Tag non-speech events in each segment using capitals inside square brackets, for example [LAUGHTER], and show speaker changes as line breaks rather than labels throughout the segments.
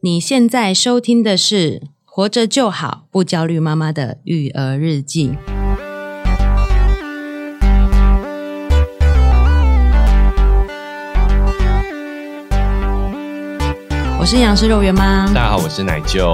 你现在收听的是《活着就好，不焦虑妈妈的育儿日记》。我是营养师肉圆妈，
大家好，我是奶舅。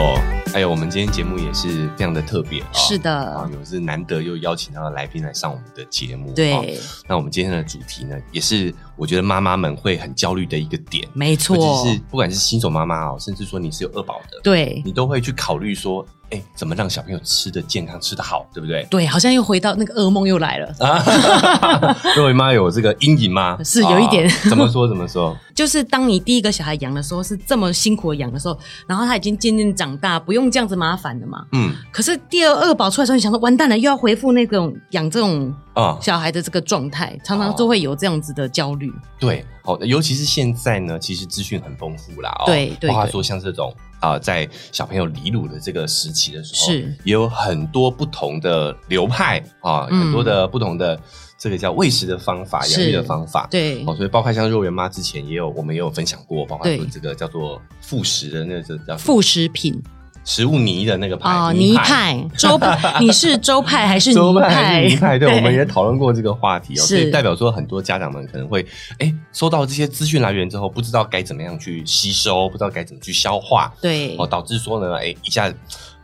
哎呦，我们今天节目也是非常的特别、哦，
是的
啊，，有是难得又邀请到来宾来上我们的节目。哦
对，
那我们今天的主题呢，也是我觉得妈妈们会很焦虑的一个点，
没
尤
错
其，是不管是新手妈妈哦，甚至说你是有二宝的，
对
你都会去考虑说，哎，怎么让小朋友吃的健康，吃的好，对不对？
对，好像又回到那个噩梦又来了。 [LAUGHS]
啊，各位妈有这个阴影吗？
是有一点
啊怎么说怎么说？
就是当你第一个小孩养的时候是这么辛苦的养的时候，然后他已经渐渐长大，不用这样子麻烦了嘛。
嗯
可是第二二宝出来的时候，你想说完蛋了，又要恢复那种养这种
啊，
小孩的这个状态，常常就会有这样子的焦虑。
对，好、尤其是现在呢，其实资讯很丰富啦，哦，
对对
包括
对
说像这种啊、在小朋友离乳的这个时期的时候，
是
也有很多不同的流派啊、
嗯
很多的不同的这个叫喂食的方法、养育
是
的方法。
对
哦，所以包括像肉圆妈之前也有，我们也有分享过，包括
对
说这个叫做副食的那个叫什么
副食品
食物泥的那个牌
啊，
哎泥
泥派周派，
[LAUGHS]
你是周派还是
周
泥
派
派？
还是泥
[LAUGHS]
派，对，我们也讨论过这个话题哦，
是
所以代表说很多家长们可能会，哎，收到这些资讯来源之后，不知道该怎么样去吸收，不知道该怎么去消化，
对
哦，导致说呢，哎，一下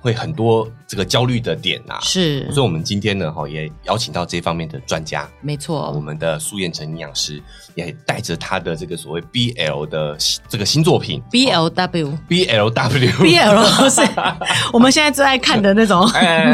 会很多这个焦虑的点呐、
是
所以，我们今天呢，哈，也邀请到这方面的专家，哦
没
我
错，
们的苏彦成营养师，也带着他的这个所谓 BL 的这个新作品
B L
哦
W。
BLW
[LAUGHS] B L 是我们现在最爱看的那种，
[LAUGHS]
[LAUGHS]
哎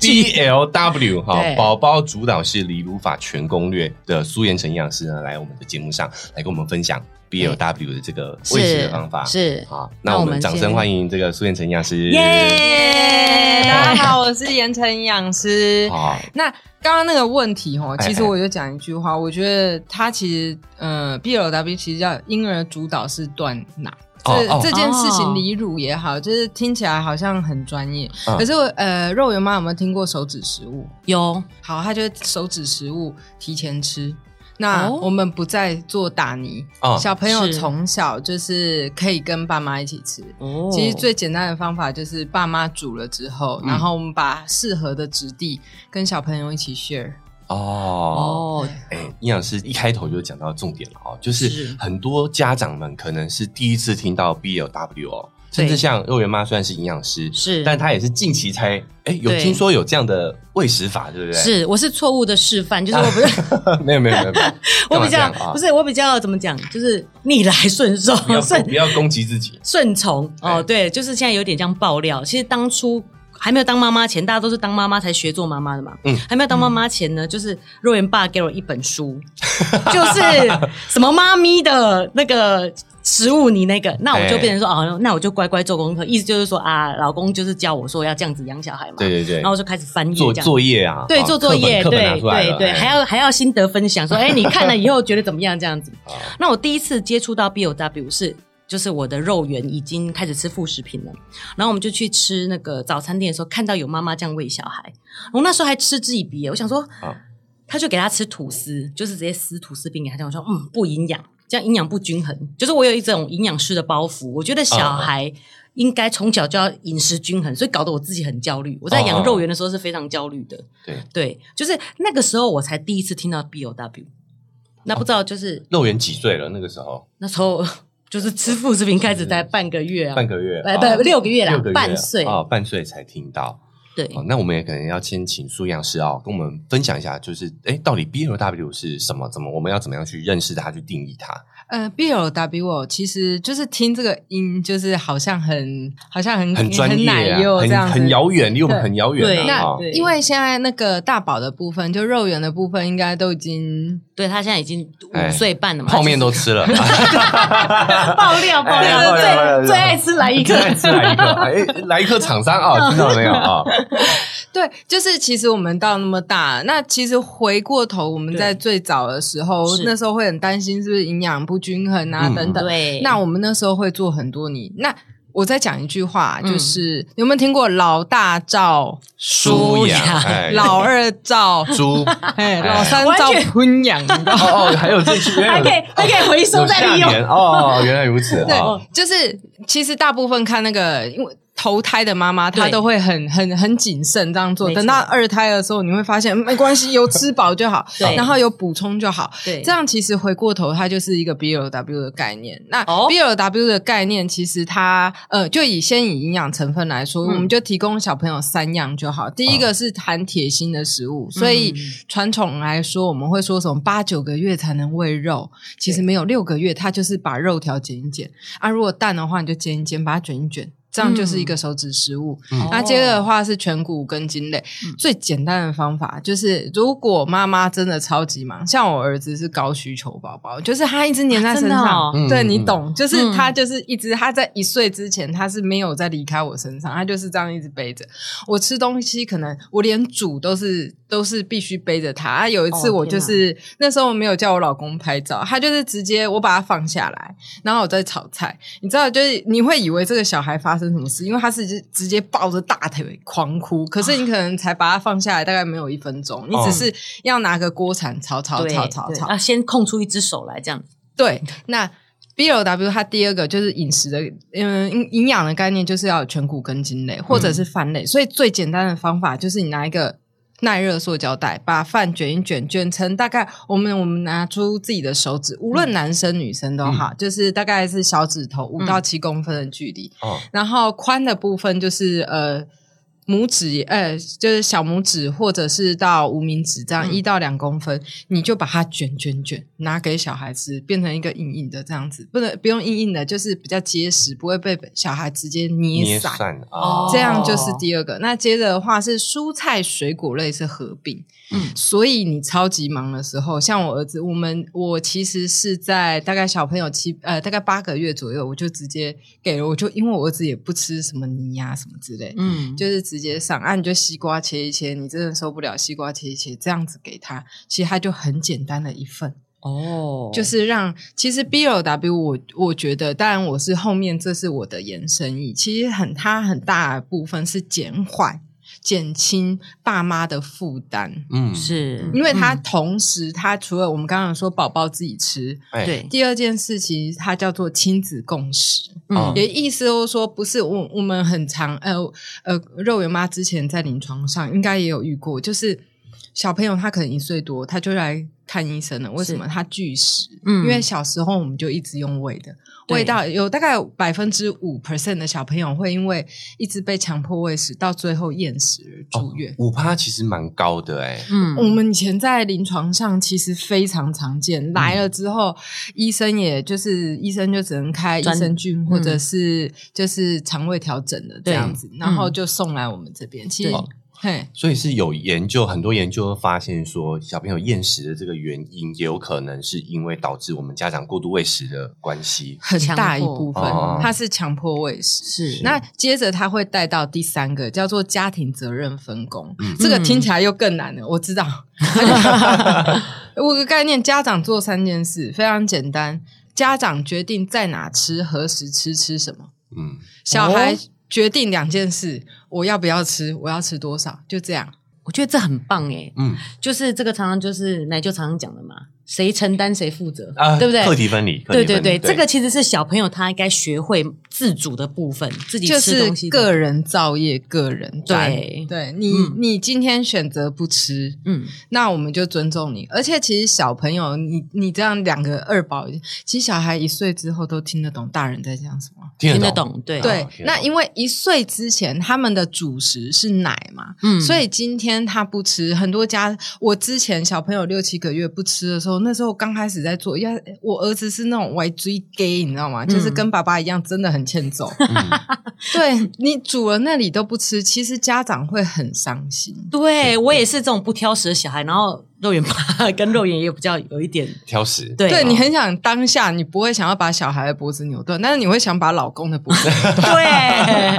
，B L W 哈
对，
宝宝主导式离乳法全攻略的苏延成营养师呢，来我们的节目上来跟我们分享 B L W 的这个喂食的方法。
是
好，
那
那我
我们
们掌
先
声欢迎这个苏延成营养师。
耶！
大家好，我是盐城营养师。
好，
那刚刚那个问题哈，
哎
其实我就讲一句话，我觉得它其实呃，BLW 其实叫婴儿主导式断奶。这、
哦哦
这件事
哦
情，离乳也好，就是听起来好像很专业，
嗯
可是我呃，肉圆妈有没有听过手指食物？
有
好，它就是手指食物提前吃。那
哦
我们不再做打泥，
哦
小朋友
是
从小就是可以跟爸妈一起吃。
哦
其实最简单的方法就是爸妈煮了之后，
嗯
然后我们把适合的质地跟小朋友一起 share。
哦，
哦，
哎，营养师一开头就讲到重点了哦，就是
是
很多家长们可能是第一次听到 B L W 哦，甚
对
至像幼儿园妈虽然是营养师，
是
但她也是近期才哎有
对
听说有这样的喂食法，对不对？
是我是错误的示范，就是我不是
[LAUGHS] 没有没有没有，没有
[LAUGHS] 我
干
比
嘛这
较
样啊
不是我比较怎么讲，就是逆来顺
[LAUGHS]
受
不要，哎
顺
不要攻击自
[LAUGHS]
己。
顺从哦，对，就是现在有点这样爆料。其实当初还没有当妈妈前，大家都是当妈妈才学做妈妈的嘛。嗯
嗯，
还没有当妈妈前呢，就是若元爸给我一本
[LAUGHS]
书，就是什么妈咪的那个。食物你那个，那我就变成说、
哎
哦，那我就乖乖做功课，意思就是说啊，老公就是教我说要这样子养小孩嘛，
对对对，
然后我就开始翻页哦这
做
样子
作业啊，
对，
啊
做作业，
课本课本拿
对
出来
对
了
对，
哎
还要还要心得分享，说，哎，你看了以后觉得怎么样？这样
[LAUGHS]
子。
哦
那我第一次接触到 B O W 是，就是我的肉圆已经开始吃副食品了，然后我们就去吃那个早餐店的时候，看到有妈妈这样喂小孩，我那时候还嗤之以鼻耶，我想说
啊，
他就给他吃吐司，就是直接撕吐司饼给他，我说，嗯，不营养，这样营养不均衡，就是我有一种营养师的包袱，我觉得
哦
小孩。应该从小就要饮食均衡，所以搞得我自己很焦虑。我在
哦
养
哦
肉圆的时候是非常焦虑的。
对。
对，就是那个时候我才第一次听到 B O W。那不知道就是、
肉圆几岁了？那个时候
那时候就是吃副食品开始才半个月啊，
半个月，
呃
啊
不六个月啦
六个月
半岁
啊，半岁才听到。
对、
哦，那我们也可能要先请苏养师啊，跟我们分享一下，就是哎，到底 BLW 是什么？怎么我们要怎么样去认识它，去定义它？
呃，BLW 其实就是听这个音，就是好像很好像很
嗯
很专业
奶
啊，
幼这样
很
子，
很遥远，离我们
对
很遥
对
远
那
啊。
对
因为现在那个大宝的部分，就肉圆的部分，应该都已经
对，他现在已经
哎
五岁半了嘛，
泡面
就
都
[LAUGHS]
吃了，
是 [LAUGHS] 爆料爆料，
哎爆料爆料
最最
爆料
爱吃来一克，
再吃来一个，哎，来一颗厂商啊，听到没
[LAUGHS]
有啊？
对，就是其实我们到那么大，那其实回过头，我们
对
在最早的时候
是，
那时候会很担心是不是营养不均衡啊、
嗯 [LAUGHS]
等等。
对，
那我们那时候会做很多泥，那。我再讲一句话，
嗯
就是、你有没有听过老大照
舒
养
养，哎
老二
[LAUGHS]
照，
猪，哎
哎，老三照
完全
昆阳，你知道吗 [LAUGHS]
哦哦，还有这句，原来
还
有
可以还可以回收
有
再
下
利用。
联哦，原来
[LAUGHS]
如此
对
啊！，
就是其实大部分看那个，因为头胎的妈妈她
对
都会很很很谨慎这样做。
没错
等到二胎的时候，你会发现嗯没关系，有吃饱就好
对，
然后有补充就好。
对，
这样其实回过头，它就是一个 BLW 的概念。那
哦
BLW 的概念，其实它呃，就以先以营养成分来说，
嗯哦
我们就提供小朋友三样就好。第一个是含铁锌的食物，所以
嗯
传统来说，我们会说什么八九个月才能喂肉，其实
对
没有六个月，它就是把肉条剪一剪啊。如果蛋的话，你就煎一煎，把它卷一卷。这样就是一个手指食物，
哦
嗯
那接着的话是全谷跟茎类，
嗯
最简单的方法就是，如果妈妈真的超级忙，像我儿子是高需求宝宝，就是他一直黏在身
啊真的
上，
哦
嗯
对
嗯
你
嗯
懂，就是
嗯
他就是一直他在一岁之前他是没有在离开我身上，他就是这样一直背着我吃东西，可能我连煮都是都是必须背着他。啊、有一次
哦
我
天
就
哪
是、那时候我没有叫我老公拍照，他就是直接我把他放下来，然后我在炒菜，你知道，就是你会以为这个小孩发生什么事，因为他是直直接抱着大腿狂哭，可
啊
是你可能才把他放下来，大概没有一分钟，你只是要拿个锅铲炒炒
哦对
炒炒
对
炒。
啊，先空出一只手来这样。
对，那 B L W 它第二个就是饮食的，嗯，营营养的概念就是要有全谷根茎类或者是饭类，所以最简单的方法就是你拿一个。耐热塑胶袋把饭卷一卷，卷成大概我们我们拿出自己的手指，无论男生女生都好，就是大概是小指头五到七公分的距离，
哦，
然后宽的部分就是呃拇指，呃就是小拇指或者是到无名指这样
嗯
一、到两公分，你就把它卷卷卷拿给小孩吃，变成一个硬硬的这样子，不能不用硬硬的，就是比较结实，不会被小孩直接
捏
捏散。
散啊，
哦
这样就是第二个。那接着的话是蔬菜水果类是合并，
嗯
所以你超级忙的时候，像我儿子，我们我其实是在大概小朋友七呃大概八个月左右，我就直接给了，我就因为我儿子也不吃什么泥呀、什么之类，
嗯，
就是直接上啊，你就西瓜切一切，你真的受不了西瓜切一切，这样子给他，其实他就很简单的一份。
哦，
就是让其实 B L W 我我觉得，当然我是后面这是我的延伸意，其实很它很大的部分是减缓、减轻爸妈的负担，
嗯，
是，
因为它
嗯
同时它除了我们刚刚有说宝宝自己吃，
嗯
哎，
对，
第二件事情它叫做亲子共识，
嗯
哦
也意思就是说，不是我我们很常呃呃，肉圆妈之前在临床上应该也有遇过，就是小朋友他可能一岁多，他就来看医生了。为什么他拒食？
嗯
因为小时候我们就一直用喂的，
对
喂到有大概百分之五 percent 的小朋友会因为一直被强迫喂食，到最后厌食而
哦
住院。
五趴其实蛮高的哎，
嗯
我们以前在临床上其实非常常见，来
嗯
了之后，医生也就是医生就只能开益
专嗯
生菌或者是就是肠胃调整的这样子，然后就送来我们这边。其实
嗯对，
嘿，
所以是有研究，很多研究发现说，小朋友厌食的这个原因，也有可能是因为导致我们家长过度喂食的关系。
很大一
强迫
部分
哦
它是强迫喂食。
是
那接着他会带到第三个叫做家庭责任分工，
嗯
这个听起来又更难
嗯
了。我知道，
[LAUGHS]
我有个概念，家长做三件事非常简单，家长决定在哪吃、何时吃、吃什么。
嗯，
小
哦
孩决定两件事，我要不要吃，我要吃多少，就这样。
我觉得这很棒哎，
嗯
就是这个常常就是奶就常常讲的嘛，谁承担谁负责
啊，
对不对
课？题分离，课
对
题
对
分离
对，这个其实是小朋友他应该学会自主的部分，自己
就
吃
是
东西的
个人造业，个人担
对
对你、
嗯
你今天选择不吃，
嗯
那我们就尊重你。而且其实小朋友，你你这样两个二宝，其实小孩一岁之后都听得懂大人在讲什么。
听
听
得
得
懂，
懂，对啊
对
听得懂，
那因为一岁之前他们的主食是奶嘛，
嗯
所以今天他不吃，很多家我之前小朋友六七个月不吃的时候，那时候刚开始在做，要我儿子是那种歪追 gay，你知道吗？就是跟爸爸一样，真的很欠揍。 [LAUGHS]
嗯
对你煮了那里都不吃，其实家长会很伤心。
对我也是这种不挑食的小孩，然后肉眼吧 [LAUGHS] 跟肉眼也比较有一点
挑食，
对啊哦
对你很想当下，你不会想要把小孩的脖子扭断，但是你会想把老
[LAUGHS]
公的脖子
对，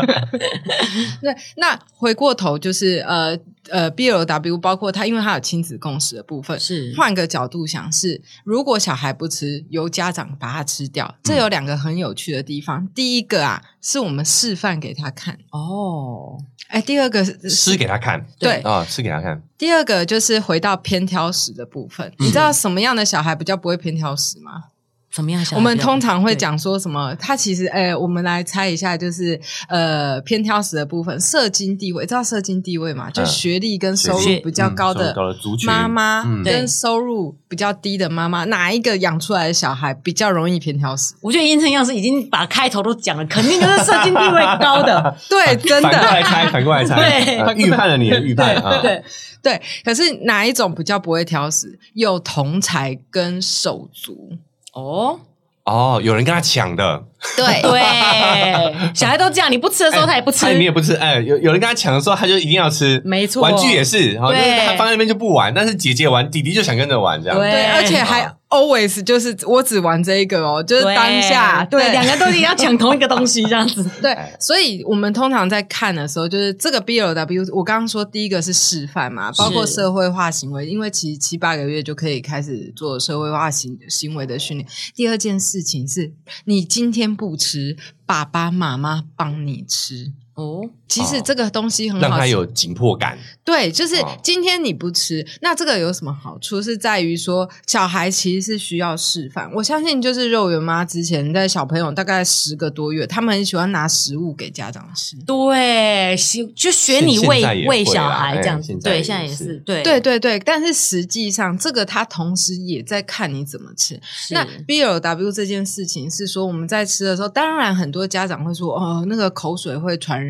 对，那回过头就是呃，呃 BLW 包括它，因为它有亲子共识的部分。
[LAUGHS]
[LAUGHS]
是
换个角度想是，如果小孩不吃，由家长把它吃掉，这
嗯
有两个很有趣的地方。第一个啊，是我们示范给他看；
哦，
哎，第二个是
吃给他看
对，
啊，吃给他看，
第二个就是回到偏挑食的部分。
嗯
你知道什么样的小孩比较不会偏挑食吗？
怎么样想？
我们通常会讲说什么？他其实，哎，我们来猜一下，就是呃，偏挑食的部分，社经地位，知道社经地位嘛？就学历跟收入
学历
比较
嗯
高
收
的
入高的族群
妈妈
嗯
跟
对
收入比较低的妈妈，哪一个养出来的小孩比较容易偏挑食？
我觉得阴成药师已经把开头都讲了，肯定就是社经地位高
[LAUGHS]
的。
对，真
反过
的。
来猜，反过来猜，
对
啊预判了你的预判啊，
对对，可是哪一种比较不会挑食？有同才跟手足，
哦，
哦，有人跟他抢的，
对
[LAUGHS] 对，小孩都这样，你不吃的时候他也不吃
哎，你也不吃，哎，有有人跟他抢的时候，他就一定要吃，
没错
玩具也是，然后就是
对
他放在那边就不玩，但是姐姐玩，弟弟就想跟着玩这样，
对
对，啊而且还 always 就是我只玩这一个哦，就是当下
对，两个人都一定要抢同一个东西，这样子。
对
哎，
所以我们通常在看的时候，就是这个 BLW，我刚刚说第一个是示范嘛，包括社会化行为，因为其实七八个月就可以开始做社会化行行为的训练。第二件事情是，你今天不吃，爸爸妈妈帮你吃。
哦，
其实
哦
这个东西很好吃，
让他有紧迫感，
对，就是
哦
今天你不吃，那这个有什么好处？是在于说，小孩其实是需要示范。我相信，就是肉圆妈之前在小朋友大概十个多月，他们很喜欢拿食物给家长吃。
[LAUGHS] 对，喜就学
现
你
现在
喂
也
喂
会
小
啦
孩
哎
这样子
现。在
对，
也
现在也
是
是，对
对，对对，但是实际上，这个他同时也在看你怎么吃。
是
那 B L W 这件事情是说，我们在吃的时候，当然很多家长会说，哦，那个口水会传染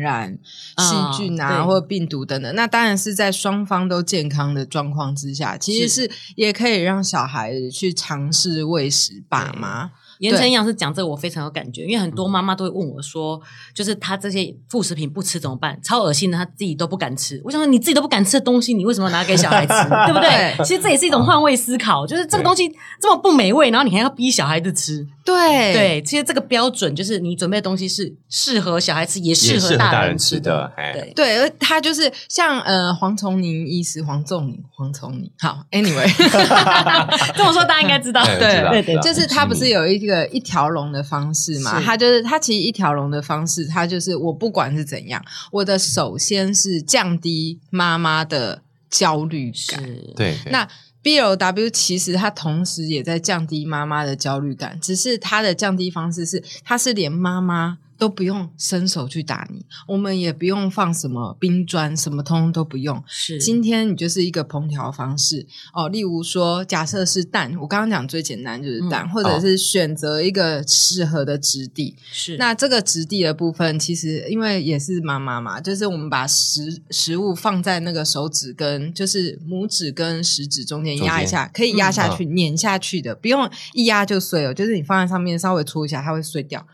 啊
细菌啊，
对
或者病毒等等。那当然是在双方都健康的状况之下，其实
是
是也可以让小孩子去尝试喂食爸妈。
盐城营养师讲这个我非常有感觉，因为很多妈妈都会问我说，就是她这些副食品不吃怎么办？超恶心的，她自己都不敢吃。我想说，你自己都不敢吃的东西，你为什么要拿给 [LAUGHS] 小孩吃？对不对？其实这也是一种换位思考，就是这个东西这么不美味，然后你还要逼小孩子吃。
哎
对
对，其实这个标准就是你准备的东西是适合小孩吃，也
也
适
适合
合
大
人
人吃
的。
的，哎，
对，
对，而他就是像呃黄崇宁医师、黄仲宁、黄崇宁。好，anyway，
[LAUGHS] 这么说大家应该知道。
哎
对
知道
对对
知道
就是它不
很知
是
名
有一个一条龙的方式嘛？
是
它就是它其实一条龙的方式，它就是我不管是怎样，我的首先是降低妈妈的焦虑感。
是，
对，对
那 BLW 其实它同时也在降低妈妈的焦虑感，只是它的降低方式是，它是连妈妈都不用伸手去打你，我们也不用放什么冰砖，什么通通都不用，
是
今天你就是一个烹调方式哦，例如说，假设是蛋，我刚刚讲最简单就是蛋，
嗯
或者是选择一个适合的质地。
是
那这个质地的部分，其实因为也是妈妈嘛，就是我们把食食物放在那个手指跟就是拇指跟食指中间
中间
压一下，可以压下
嗯
去、碾下去的，不用一压就碎了，就是你放在上面稍微搓一下，它会碎掉。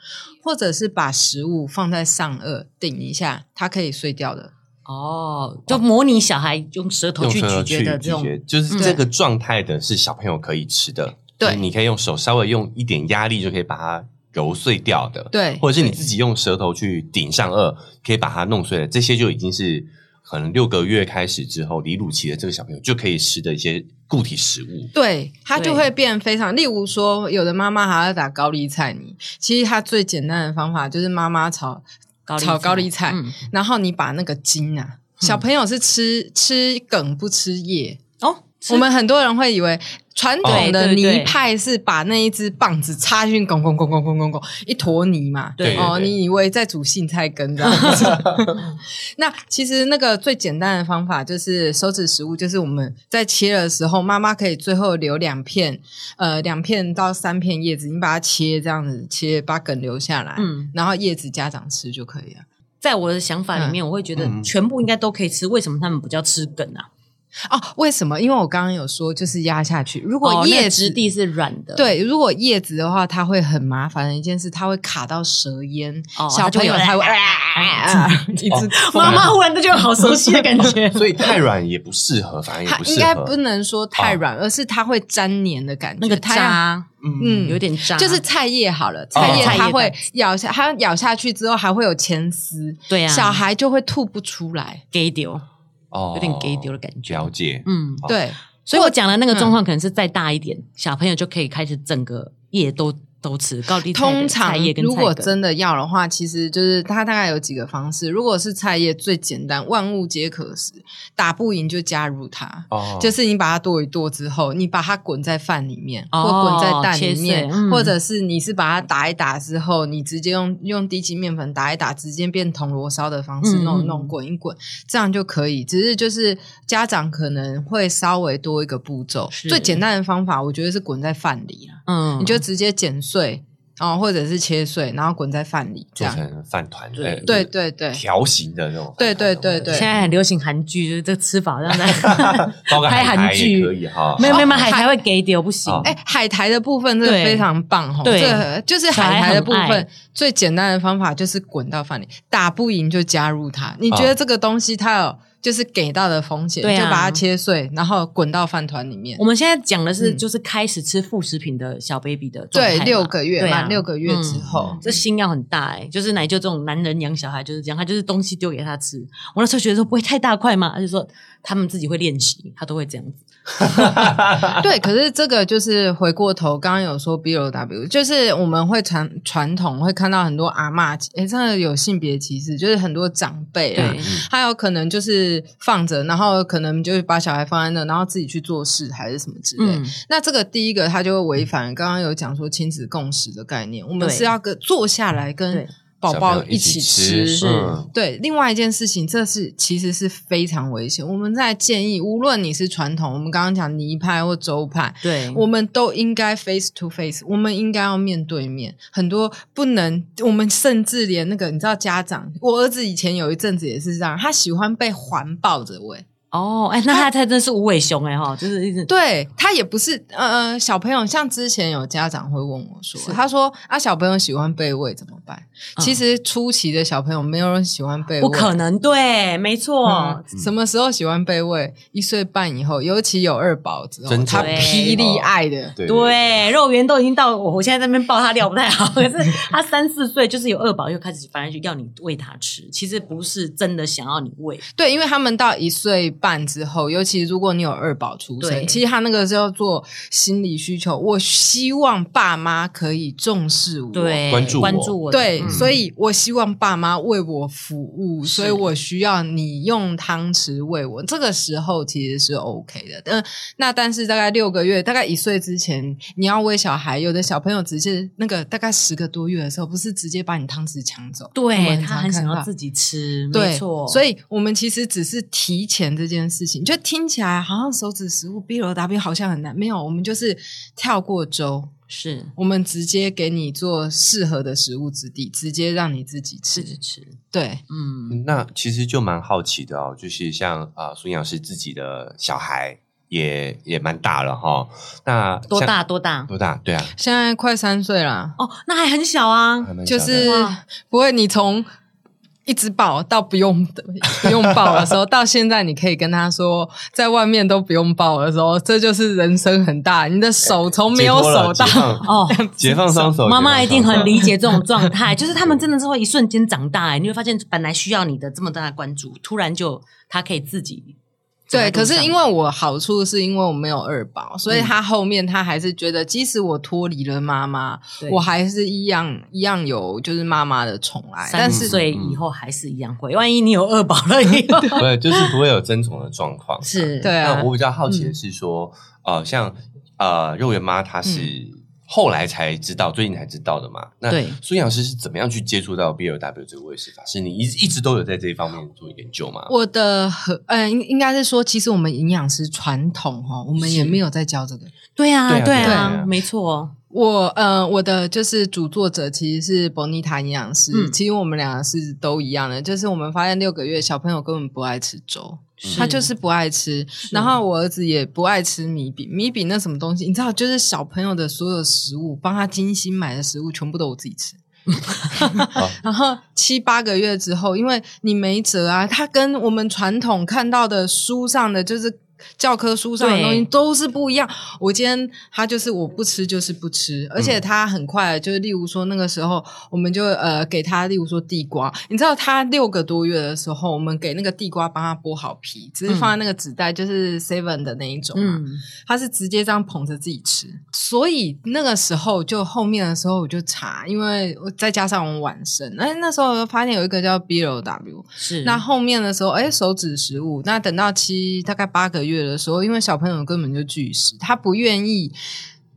或者是把食物放在上颚顶一下，它可以碎掉的。
哦，就模拟小孩用舌头
用
去
舌头
咀嚼
去
的
咀
这种
嚼，就是
嗯
这个状态的是小朋友可以吃的，
对
就是你可以用手稍微用一点压力就可以把它揉碎掉的，
对
或者是你自己用舌头去顶上颚，可以把它弄碎了，这些就已经是可能六个月开始之后，离乳期的这个小朋友就可以吃的一些固体食物，
对，它就
对
会变非常。例如说，有的妈妈还要打高丽菜泥，其实它最简单的方法就是妈妈炒，炒高丽菜
嗯
然后你把那个茎啊，小朋友是吃吃梗不吃叶，
哦，
我们很多人会以为。传统的
对对对
泥派是把那一只棒子插进去，拱拱拱拱拱拱拱，一坨泥嘛。
对
对
哦，
对
你以为在煮苋菜羹
[LAUGHS]
这样子？那其实那个最简单的方法就是手指食物，就是我们在切的时候，妈妈可以最后留两片，呃，两片到三片叶子，你把它切这样子切，把梗留下来，
嗯，
然后叶子家长吃就可以了。
在我的想法里面，我会觉得
嗯。
全部应该都可以吃，为什么他们不叫吃梗啊？
哦，为什么？因为我刚刚有说就是压下去，如果
哦那
叶
个
子、
质地是软的，
对，如果叶子的话，它会很麻烦的一件事，它会卡到舌咽，
哦
小
它就
朋
会
友
有哦
才会啊，
[LAUGHS]
一直
妈妈忽然就有好熟悉的感觉 [LAUGHS]
[LAUGHS] 所以太软也不适合，反而也
它
不适合，哦
应该不能说太软，而是它会粘黏的感觉，
那个
它要。
渣，
嗯，
嗯，
有点渣，哦
就是菜叶好了，菜叶
菜叶
它会
吧
咬下，它咬下去之后还会有前丝，
对啊，
小孩就会吐不出来。
给丢
哦
有点给丢的感觉。
了解，
嗯，
好
对，
所以我讲的那个状况可能是再大一点，小朋友就可以开始整个叶都都吃高丽菜的
通常
菜叶跟菜
如果
根
真的要的话，其实就是它大概有几个方式。如果是菜叶最简单，万物皆可食，打不赢就加入它。
哦
就是你把它剁一剁之后，你把它滚在饭里面，
哦
或滚在蛋里面
切，碎嗯
或者是你是把它打一打之后，你直接用用低筋面粉打一打，直接变铜锣烧的方式
嗯
弄一
嗯
弄滚一滚，这样就可以。只是就是家长可能会稍微多一个步骤，
是
最简单的方法，我觉得是滚在饭里啊。
嗯，
你就直接剪碎，哦，或者是切碎，然后滚在饭里
做
这样。
成饭团，
对
呃
对对对
条形的那种饭团，哦
对对对对
现在很流行韩剧，就是这个吃法让大
[LAUGHS]
包个
拍韩
海苔
剧
也可以哈，
没有没
[LAUGHS]
有没有
哦
海苔会给丢不行
哦，
哎、海苔的部分真的
对
非常棒哦，
对
这个就是
小孩
海苔的
很
部
爱
分最简单的方法就是滚到饭里，打不赢就加入它。你觉
啊
得这个东西它有就是给到的风险，
对啊
就把它切碎，然后滚到饭团里面
我。们现在讲的是，
嗯
就是开始吃副食品的小 baby 的状态
对
嘛，
六个月
对啊
满六个月之后，
这心要很大哎、就是奶舅这种男人养小孩就是这样，他就是东西丢给他吃。我那时候觉得说不会太大块嘛，他就说他们自己会练习，他都会这样子。
对，可是这个就是回过头，刚刚有说 B O W，就是我们会传传统会看到很多阿嬷，诶，真的有性别歧视，就是很多长辈啊，
嗯
对
他有可能就是放着，然后可能就是把小孩放在那，然后自己去做事还是什么之类。
嗯，
那这个第一个，他就会违反刚刚有讲说亲子共识的概念，我们
对
是要跟坐下来
对
跟宝
小
宝
朋友一
起
吃，
是
嗯
对，另外一件事情，这是其实是非常危险。我们在建议，无论你是传统，我们刚刚讲泥派或周派，
对，
我们都应该 face to face，我们应该要面对面。很多不能，我们甚至连那个，你知道，家长，我儿子以前有一阵子也是这样，他喜欢被环抱着喂，
哦，哎、那他他真是无尾熊哎、哈，就是一直
对他也不是，呃，呃小朋友像之前有家长会问我说
是，
他说啊，小朋友喜欢被喂怎么办？
嗯
其实初期的小朋友没有人喜欢被喂，
不可能，对，没错，
嗯什么时候喜欢被喂？一岁半以后，尤其有二宝之后
真，
他
宠
霹雳爱的。
对
对，肉圆都已经到我，我现在在那边抱他尿不太好，可是他三四岁就是有二宝，又开始反而就要你喂他吃，其实不是真的想要你喂，
对，因为他们到一岁半之后，尤其如果你有二宝出
对
生，其实他那个叫做心理需求。我希望爸妈可以重视我，
对，
关注我
关注我，
对，
嗯
所以我希望爸妈为我服务，
是
所以我需要你用汤匙喂我。这个时候其实是 OK 的，嗯、那但是大概六个月，大概一岁之前，你要喂小孩，有的小朋友直接那个大概十个多月的时候，不是直接把你汤匙抢走，我们
对
常
他很想
看
要
到
自己吃，没
对，
错，
所以我们其实只是提前这件事情，就听起来好像手指食物 B 楼 W 好像很难，没有，我们就是跳过粥，
是
我们直接给你做适合的食物质地，直接让你自己
自
吃。
己吃，
对，
嗯，
那其实就蛮好奇的哦，就是像啊，呃苏、营养师自己的小孩也也蛮大了哈、那
多
像？
大多大
多大？对啊，
现在快三岁啦，
哦，那还很小啊
还，蛮
就
小的
是
哇
不会你从。一直抱到不用不用抱的时候， [LAUGHS] 到现在你可以跟他说，在外面都不用抱的时候，这就是人生很大。你的手从没有
解脱了
手到
解
[LAUGHS]
放
哦。
解放双手，
妈妈一定
解放双手
很理解这种状态， [LAUGHS] 就是他们真的是会一瞬间长大、哎，你会发现本来需要你的这么大的关注，突然就他可以自己走在
对，
路上。嗯
可是因为我好处是因为我没有二宝，所以他后面他还是觉得，即使我脱离了妈妈，
对
我还是一样一样有就是妈妈的宠爱。
三
但是
岁以后还是一样会，万一你有二宝了以后，
对，就是不会有争宠的状况。
是，
[LAUGHS] 对啊
那我比较好奇
嗯
的是说，呃，像呃肉圆妈她是后来才知道，最近才知道的嘛。那
嗯对
苏营养师是怎么样去接触到 BLW 这个喂食法？是你一一直都有在这一方面做研究吗？
我的和呃，应应该是说，其实我们营养师传统哈，我们也
是
没有在教这个。
[LAUGHS] 对啊，
对啊
对
对
啊
啊，
没错，
我呃，我的就是主作者其实是 Bonita 营养师，
嗯
其实我们俩是都一样的，就是我们发现六个月小朋友根本不爱吃粥，他就是不爱吃，然后我儿子也不爱吃米饼，米饼那什么东西，你知道，就是小朋友的所有食物，帮他精心买的食物，全部都我自己吃。然后七八个月之后，因为你没辙啊，他跟我们传统看到的书上的就是教科书上的
对
东西都是不一样。我今天他就是我不吃就是不吃，而且他很快就是，例如说那个时候我们就呃给他，例如说地瓜，你知道他六个多月的时候，我们给那个地瓜帮他剥好皮，只是放在那个纸袋，就是 seven 的那一种、啊，
嗯，
他是直接这样捧着自己吃，所以那个时候就后面的时候我就查，因为我再加上我晚生，哎，那时候我发现有一个叫 B L W，
是。
那后面的时候，哎，手指食物。那等到七大概八个月的时候，因为小朋友根本就拒食，他不愿意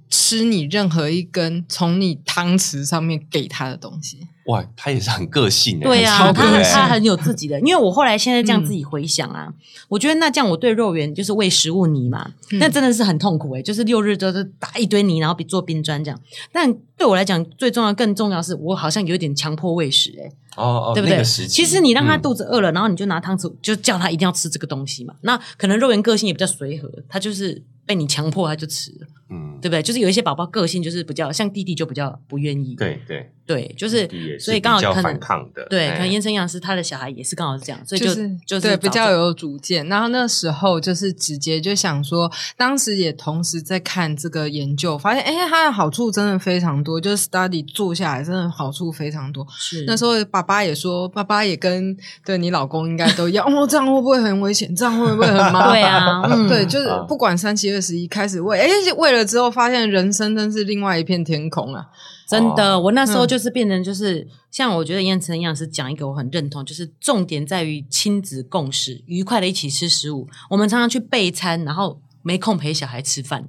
吃你任何一根从你汤匙上面给他的东西。
哇，他也是很欸个性的，
对呀、
呀，
超
他
个
很
性
他很有自己的，因为我后来现在这样
嗯
自己回想啊，我觉得那这样我对肉圆就是喂食物泥嘛，
嗯
那真的是很痛苦诶、欸就是六日都是打一堆泥，然后比做冰砖这样。但对我来讲，最重要更重要的是我好像有点强迫喂食诶、
哦哦，
对不对？
那个时期
其实你让他
嗯
肚子饿了，然后你就拿汤匙就叫他一定要吃这个东西嘛。那可能肉圆个性也比较随和，他就是被你强迫他就吃了，
嗯，
对不对？就是有一些宝宝个性就是比较像弟弟就比较不愿意，
对对，
对，就是
弟弟也
所以刚
比较
好可
反
能。
抗的，
对，
哎
可能燕生养师他的小孩也是刚好是这样，所以就
就是
就是
对
找这
比较有主见，然后那时候就是直接就想说，当时也同时在看这个研究，发现哎，它的好处真的非常多，就是 study 做下来真的好处非常多。
是
那时候爸爸也说，爸爸也跟对你老公应该都一样，哦，这样会不会很危险？这样会不会很麻烦？
[LAUGHS] 对啊，嗯，
对，就是
啊
不管三七二十一开始喂，哎、喂了之后发现人生真是另外一片天空啊！
真的，
哦
我那时候
嗯
就是变成就是、像我觉得燕城营养师讲一个我很认同，就是重点在于亲子共识，愉快的一起吃食物。我们常常去备餐，然后没空陪小孩吃饭，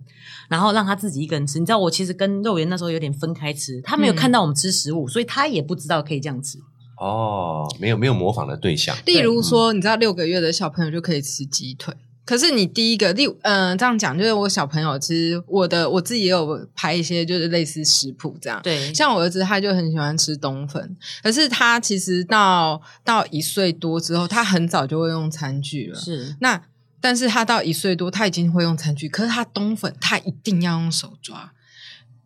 然后让他自己一个人吃。你知道我其实跟肉圆那时候有点分开吃，他没有
嗯
看到我们吃食物，所以他也不知道可以这样吃。
哦，没有没有模仿的对象，
例
嗯
如说，你知道六个月的小朋友就可以吃鸡腿，可是你第一个例，嗯、这样讲就是我小朋友，其实我的我自己也有拍一些就是类似食谱这样，
对像
像我儿子，他就很喜欢吃冬粉，可是他其实到到一岁多之后，他很早就会用餐具了。
是
那但是他到一岁多，他已经会用餐具，可是他冬粉，他一定要用手抓，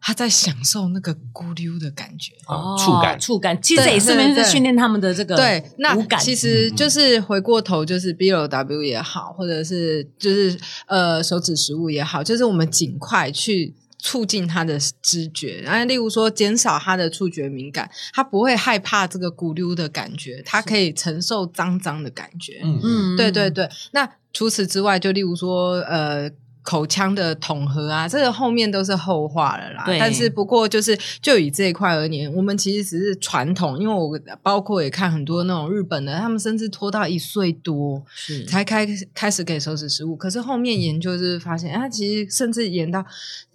他在享受那个咕溜的感觉。
啊，触感
哦触感，其实这
对
也是
对
是
对
训练他们的这个
对，那
五感。嗯
其实就是回过头，就是 B L W 也好，或者是就是呃手指食物也好，就是我们尽快去促进他的知觉，然后例如说减少他的触觉敏感，他不会害怕这个咕溜的感觉，他可以承受脏脏的感觉。
嗯嗯
嗯，
对对对。那除此之外，就例如说呃。口腔的统合啊，这个后面都是后话了啦
对。
但是不过就是就以这一块而言，我们其实只是传统，因为我包括也看很多那种日本的，他们甚至拖到一岁多
是
才开开始给手指食物，可是后面研究就是发现，啊，其实甚至延到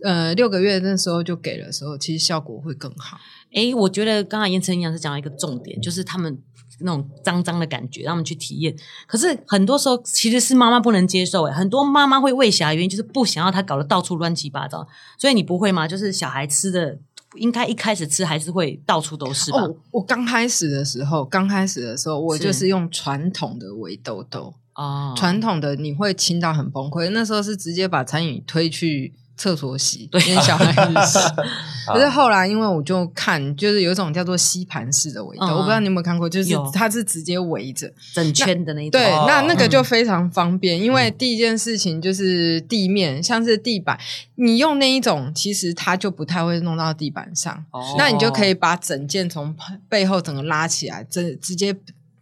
呃六个月那时候就给了时候，其实效果会更好。
诶，哎我觉得刚才严晨营养师讲到一个重点，就是他们那种脏脏的感觉，让他们去体验。可是很多时候其实是妈妈不能接受，诶，欸很多妈妈会喂小孩，原因就是不想要他搞得到处乱七八糟。所以你不会吗？就是小孩吃的，应该一开始吃还是会到处都是吧？
哦，我刚开始的时候，刚开始的时候，我
是
就是用传统的围兜兜。
哦，
传统的你会亲到很崩溃，那时候是直接把餐饮推去厕所洗，
啊
对，给小孩子
[LAUGHS]
洗。可是后来因为我就看，就是有一种叫做吸盘式的围
嗯
兜，
嗯
我不知道你有没有看过，就是
有
它是直接围着，
整圈的那一种，
对，
哦
那那个
嗯
就非常方便，因为第一件事情就是地面，像是地板，你用那一种，其实它就不太会弄到地板上，
哦
那你就可以把整件从背后整个拉起来，整直接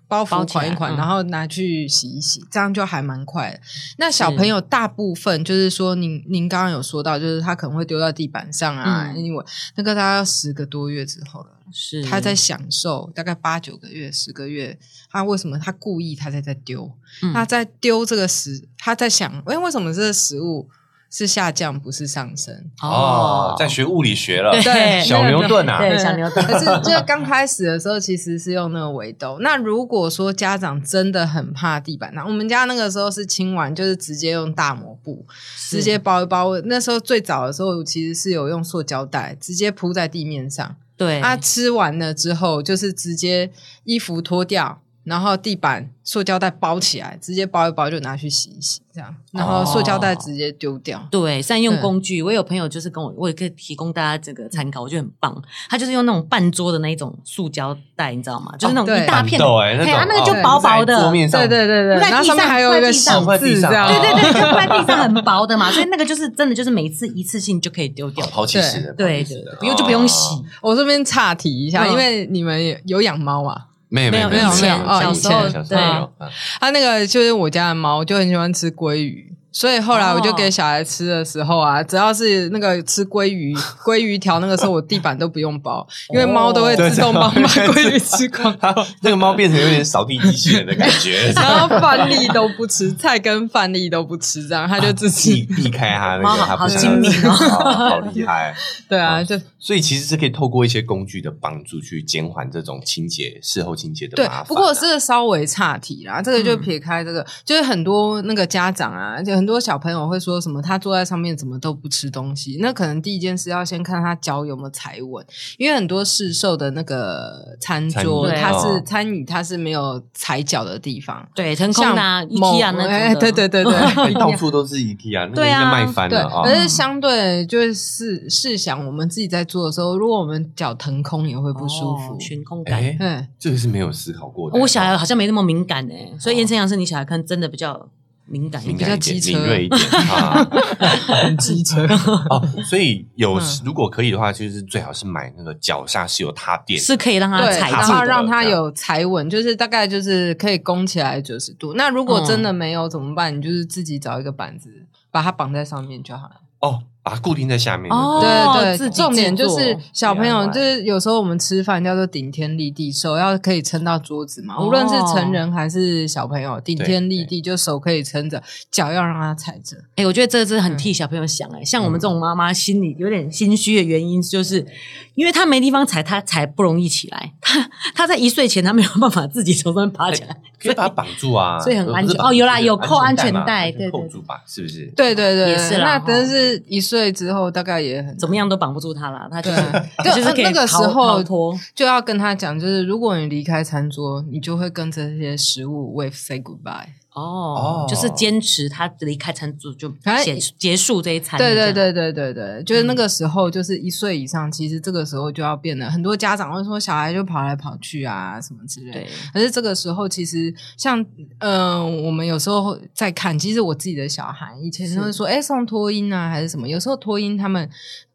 包
包
袱
起来
款一款，
嗯
然后拿去洗一洗，这样就还蛮快的。那小朋友大部分就是说，您您刚刚有说到，就是他可能会丢到地板上啊，
嗯
因为那个大概要十个多月之后了。
是
他
嗯
在享受大概八九个月、十个月，他为什么他故意他在在丢？
嗯
他在丢这个食，他在想，哎、为什么这个食物是下降不是上升？
哦，在学物理学了，
对
小牛顿啊，
[LAUGHS]
对小牛顿
可是就是刚开始的时候，其实是用那个围兜。那如果说家长真的很怕地板，那我们家那个时候是清完，就是直接用大抹布直接包一包。那时候最早的时候，其实是有用塑胶袋直接铺在地面上。
对
啊，吃完了之后就是直接衣服脱掉，然后地板塑胶袋包起来，直接包一包就拿去洗一洗，这样，然后塑胶袋直接丢掉。
对，善
嗯
用工具。我有朋友就是跟我，我也可以提供大家这个参考，我觉得很棒。他就是用那种半桌的那一种塑胶袋，你知道吗？就是那种
哦对
一大片的，
板豆哎那
对啊，
种
那个就薄薄
哦在桌
的，
面上
对对对
在
对，
地上
然后上面还有一个洗
在地
字
上
这样，
在
对
地
对对，
上
就在地上很薄的嘛，所以那个就是真的，就是每次一次性就可以丢掉
哦，。抛弃式的，
对
抛弃式
对
的，
不用就不用洗
哦。
我这边岔题一下，
嗯
因为你们有有养猫啊？
没有没有
没
没
有
有
没有
有
以前
有
小时候
小时候有
对
嗯 [LAUGHS]
它啊那个就是我家的猫，就很喜欢吃鲑鱼，所以后来我就给小孩吃的时候啊，只要是那个吃鲑鱼、鲑鱼条那个时候，我地板都不用包，因为
哦
猫都会自动帮把鲑鱼吃光，，
它那个猫变成有点扫地机器人的感
[LAUGHS]
觉
然后饭粒都不吃，菜跟饭粒都不吃，这样它就自
避
己
避开它那
猫
个，
好
它
好
不想
精明哦
要吃 [LAUGHS] 哦好厉害。
对啊，就
所以其实是可以透过一些工具的帮助去减缓这种清洁事后清洁的
对
麻烦、啊。。
不过这个稍微岔题啦，这个就
嗯
撇开这个，就是很多那个家长啊，就很多小朋友会说什么，他坐在上面怎么都不吃东西。那可能第一件事要先看他脚有没有踩稳，因为很多市售的那个餐桌，
餐椅
它是
哦
餐椅，它是没没有踩脚的地方。
对，腾空的啊
像
，IKEA
某
那种
哎
的，
对对对对，
[LAUGHS]
哎到处都是 IKEA，那个
对
应
啊
该卖翻
对
了，啊、
可是相对就是试试想，我们自己在做的时候，如果我们脚腾空也会不舒服
哦。悬空感。哦
哎、
嗯，
这个是没有思考过的。
我小孩好像没那么敏感哎，所以燕生阳是你小孩看真的比较敏感一
敏
点。
感一
比较机
点，
车
敏锐
[LAUGHS]
一点啊。
很 [LAUGHS] 机车。
哦，所以有、
嗯
如果可以的话，就是最好是买那个脚下是有踏垫的，
是可以让他
对，
踩
然
住
后
踏
的，
让它
这样
有踩稳，就是大概就是可以弓起来九十度。那如果
嗯
真的没有怎么办？你就是自己找一个板子把它绑在上面就好了。
哦，把它固定在下面。
哦
对
对
自
对，
己
重点就
制
是
作
小朋友
DIY
就是有时候我们吃饭叫做顶天立地，手要可以撑到桌子嘛，无论是
哦
成人还是小朋友，顶天立地就手可以撑着，脚要让它踩着。
哎、我觉得这真的
嗯
很替小朋友想哎、像我们这种妈妈心里有点心虚的原因，就是因为她没地方踩，她踩不容易起来。她她在一岁前，她没有办法自己从上面爬起来，
可以把它绑住啊，
所以很
而不是
安全
绑住
哦有啦
就是
有扣
安
安全
嘛
带
就
对对
扣
对
住吧，是不是？
对对对，
哦也是啦
那
哈
但是一岁之后大概也很
怎么样都绑不住她啦。她就是
对啊
她就是可以
那个时
逃
候
逃脱，
就要跟他讲，就是如果你离开餐桌，你就会跟这些食物 wave say goodbye。
哦
哦，
就是坚持她离开餐桌就
反
结
正
结束这一嗯餐。
哎对对
这样，
对对对对，就是那个时候，就是一岁以上，其实这个时候就要变得很多家长会说小孩就跑来跑去啊什么之类的。
对
可是这个时候，其实像呃，我们有时候在看，其实我自己的小孩以前都会说，哎，送托婴啊还是什么，有时候托婴他们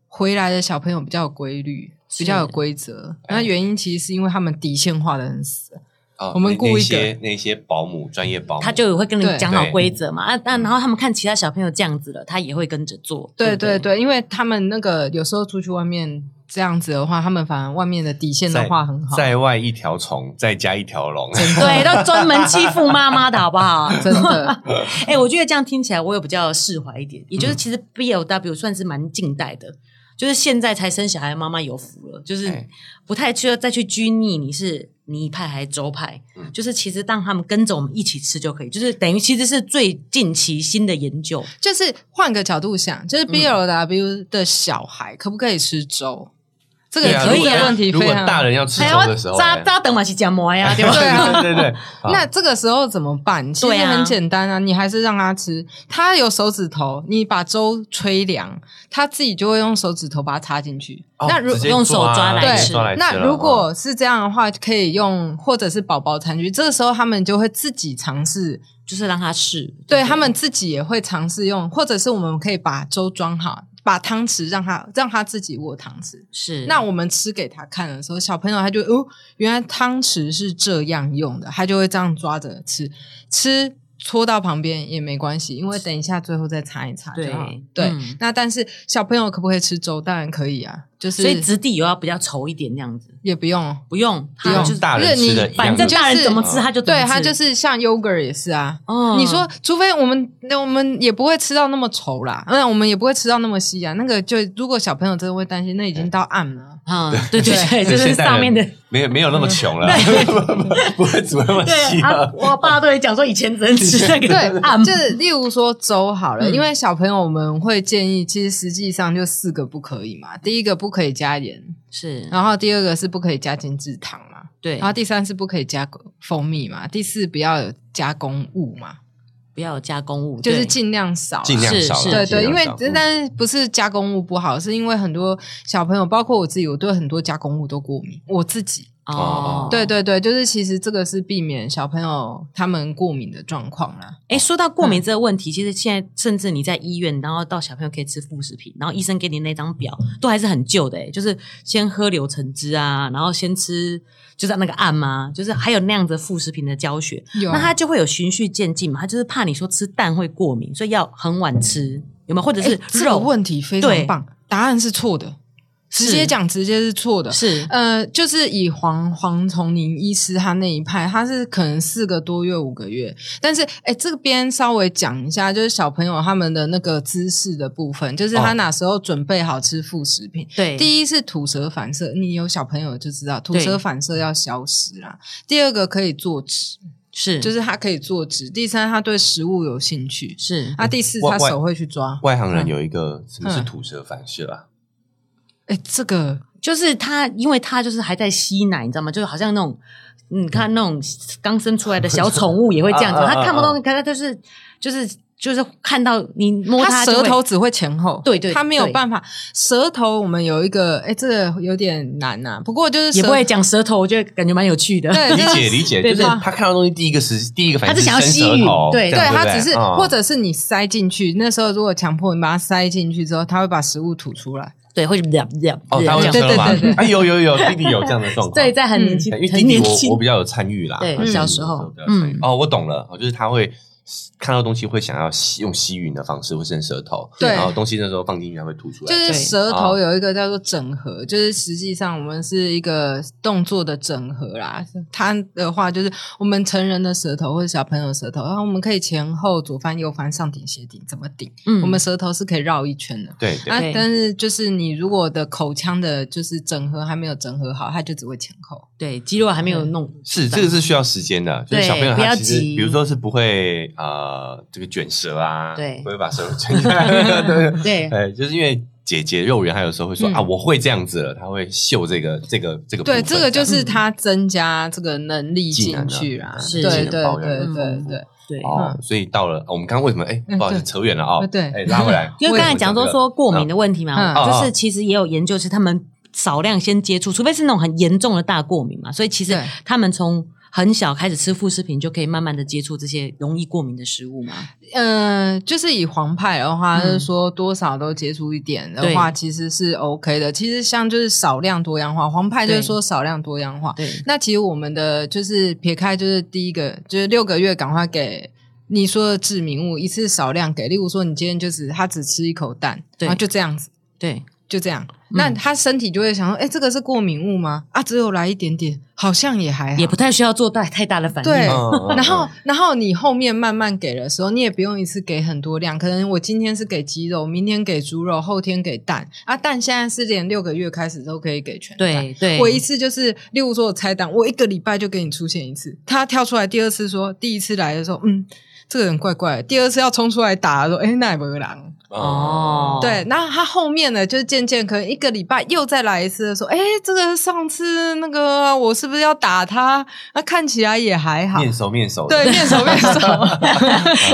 回来的小朋友比较有规律，比较有
是
规则。
哎
那原因其实是因为他们底线画的很死。
哦
我们
那
雇一
那
个
些那些保姆专业保姆，
她就会跟你
对嗯
讲好
对
规则嘛。啊，但然后他们看其他小朋友这样子了，她也会跟着做。
对
对
对
不，
对，因为他们那个有时候出去外面这样子的话，他们反而外面的底线的
在
话很好，
在外一条虫，在家一条龙。 [LAUGHS]
对，都专门欺负妈妈的好不好？
[LAUGHS] 真的
[LAUGHS] 哎、我觉得这样听起来我有比较释怀一点，也
嗯
就是其实 B L W 算是蛮近代的，就是现在才生小孩的妈妈有福了，就是
哎
不太需要再去拘泥你是泥派还是粥派，
嗯
就是其实让他们跟着我们一起吃就可以，就是等于其实是最近期新的研究
就是换个角度想，就是 B L W 的小孩可不可以吃粥？这个
对啊，
可以
如果
啊
问题
如
非
果
常
大人要吃
还
粥
要
的时候，
扎
哎
扎等马西讲馍
[LAUGHS]
呀，对吧？
对
[LAUGHS]
啊
对对
[LAUGHS]
对，好
那这个时候怎么办？其实
对啊
很简单啊，你还是让他吃。他有手指头，你把粥吹凉，他自己就会用手指头把它插进去。
哦
那如
直接
用手
抓
抓来
对
吃
抓来吃
那
了哦
如果是这样的话，可以用或者是宝宝餐具，这个时候他们就会自己尝试
就是让他试，
对
不
他们自己也会尝试用，或者是我们可以把粥装好，把汤匙让他让他自己握汤匙。
是
那我们吃给他看的时候，小朋友他就哦，原来汤匙是这样用的，他就会这样抓着吃，吃戳到旁边也没关系，因为等一下最后再擦一擦就好
对。
对，
嗯
那但是小朋友可不可以吃粥？当然可以啊，就是
所以质地有要比较稠一点那样子，
也不用。
不用，
不
他
用
啊就是
大人吃的一样的，
反正
就
大人
是
怎么吃他就怎么
对，它
吃
就是像 yogurt 也是啊，
哦
你说，除非我们那我们也不会吃到那么稠啦，那我们也不会吃到那么稀啊。那个就如果小朋友真的会担心，那已经到暗了。
嗯，对对对，
对
就是
现代人
上面的。
[LAUGHS] 没有没有那么穷了， [LAUGHS] 不会煮那么
对
稀
啊
了，。
我爸都会讲说以前只能吃那个 [LAUGHS] 暗
对，啊就是例如说粥好了，
嗯
因为小朋友我们会建议，其实实际上就四个不可以嘛。第一个不可以加盐，
是
然后第二个是不可以加精制糖嘛，
对
然，后第三是不可以加蜂蜜嘛，第四不要有加工物嘛，
不要有加工物，
就是
对
尽量少啊，
尽量少啦，
是
对
尽
对，
量
因为
少嗯
但是不是加工物不好，是因为很多小朋友，包括我自己，我对很多加工物都过敏，我自己。
哦
哦，
对。对对，就是其实这个是避免小朋友他们过敏的状况啦。
哎，说到过敏
嗯
这个问题，其实现在甚至你在医院，然后到小朋友可以吃副食品，然后医生给你那张表，都还是很旧的哎，就是先喝柳橙汁啊，然后先吃就是那个按嘛，就是还有那样子副食品的教学，
有啊
那他就会有循序渐进嘛，他就是怕你说吃蛋会过敏，所以要很晚吃，有没有？或者是
诶哎这
肉
个问题非
对
常棒，答案是错的，直
是
接讲直接是错的。
是
呃，就是以黄黄崇林医师他那一派，他是可能四个多月、五个月，但是哎，这边稍微讲一下，就是小朋友他们的那个姿势的部分，就是他
哦
哪时候准备好吃副食品。
对，
第一是吐舌反射，你有小朋友就知道吐
对
舌反射要消失啦。第二个可以坐直，
是
就是是他可以坐直。第三，他对食物有兴趣。
是
啊，第四，
外
他
外
手会去抓。
外行人
嗯
有一个什么是
嗯
吐舌反射啊？
哎，这个
就是他，因为他就是还在吸奶，你知道吗？就是好像那种，你看那种刚生出来的小宠物也会这样子，
[LAUGHS] 啊啊啊啊
他看不到，可他就是就是就是看到你摸
他
就会
舌头只会前后，
对对
他没有
对
办法。舌头我们有一个，哎，这个有点难呐、不过就是舌
也不会，讲舌头，我觉得感觉蛮有趣的。
对，
理
就是
解理解，就
对
是
对
他看到东西第一个时第一个反应
他是想要
伸舌
吸吮
头
对
这
对
样
对
不
他只是，
嗯
或者是你塞进去，那时候如果强迫你把它塞进去之后，他会把食物吐出来。
[LAUGHS] 对，会两两
哦，他会讲
两
对
舌头吗
对对对？
哎，有有有，弟弟有这样的状况，
[LAUGHS] 对，在很
嗯
年轻，
哎因为弟
很
弟
年
我
轻
我，比较有参与啦，啊
对
他是
小
我
时候
比较有参与
嗯
哦，我懂了，哦就是他会看到东西会想要吸用吸吮的方式，会伸舌头，
对
然后东西那时候放进去它会吐出来，
就是
对
舌
啊
头有一个叫做整合，就是实际上我们是一个动作的整合啦。它的话就是我们成人的舌头或者小朋友的舌头，然后我们可以前后左翻右翻上顶斜顶怎么顶，
嗯
我们舌头是可以绕一圈的。
对对
啊
对，
但是就是你如果的口腔的，就是整合还没有整合好，它就只会前后。
对肌肉还没有弄，
是，这个是需要时间的，就是
啊对
小朋友
不
他
要
其实，
急
比如说是不会呃这个卷舌啊，
对
不会把舌头卷起来， [LAUGHS] 对，
对
哎，就是因为姐姐肉圆，她有时候会说、
嗯
啊，我会这样子了，她会秀这个这个这个部
对，
分。
这个就
样
是它增加这个能力
技能
进
啊
去啦。
是嗯
对
技
对
能
对
保养
对
很
对
丰富
对
对。
哦，所以到了哦我们刚刚为什么哎，
嗯
不好意思
对
扯远了哦，
呃对
哎，拉回来，
[LAUGHS] 因为刚才讲说说过敏
的，
的问题嘛，
嗯
就是其实也有研究是他们少量先接触，除非是那种很严重的大过敏嘛，所以其实
对
他们从很小开始吃副食品，就可以慢慢的接触这些容易过敏的食物嘛。
嗯，就是以黄派的话，
嗯
就是说多少都接触一点的话，其实是 OK 的。其实像就是少量多样化，黄派就是说少量多样化。
对，
那其实我们的就是撇开，就是第一个就是六个月赶快给你说的致敏物一次少量给，例如说你今天就只他只吃一口蛋，
对嗯
然后就这样子。
对，
就这样，那他身体就会想说：“哎、这个是过敏物吗？啊，只有来一点点，好像也还好。
也不太需要做大太大的反应。[LAUGHS]
对
嗯
然后，然后你后面慢慢给的时候，你也不用一次给很多量。可能我今天是给鸡肉，明天给猪肉，后天给蛋。啊，蛋现在是连六个月开始都可以给全蛋。
对对，
我一次就是，例如说我拆蛋，我一个礼拜就给你出现一次。他跳出来第二次说，第一次来的时候，嗯，这个人怪怪的。第二次要冲出来打的时候，哎，那也不狼。
嗯
哦， [LAUGHS]
对，然后他后面呢，就是渐渐可能一个礼拜又再来一次的说，哎，这个上次那个啊我是不是要打他？那看起来也还好，
面熟面熟的，哎
对，面熟面
[LAUGHS]
熟，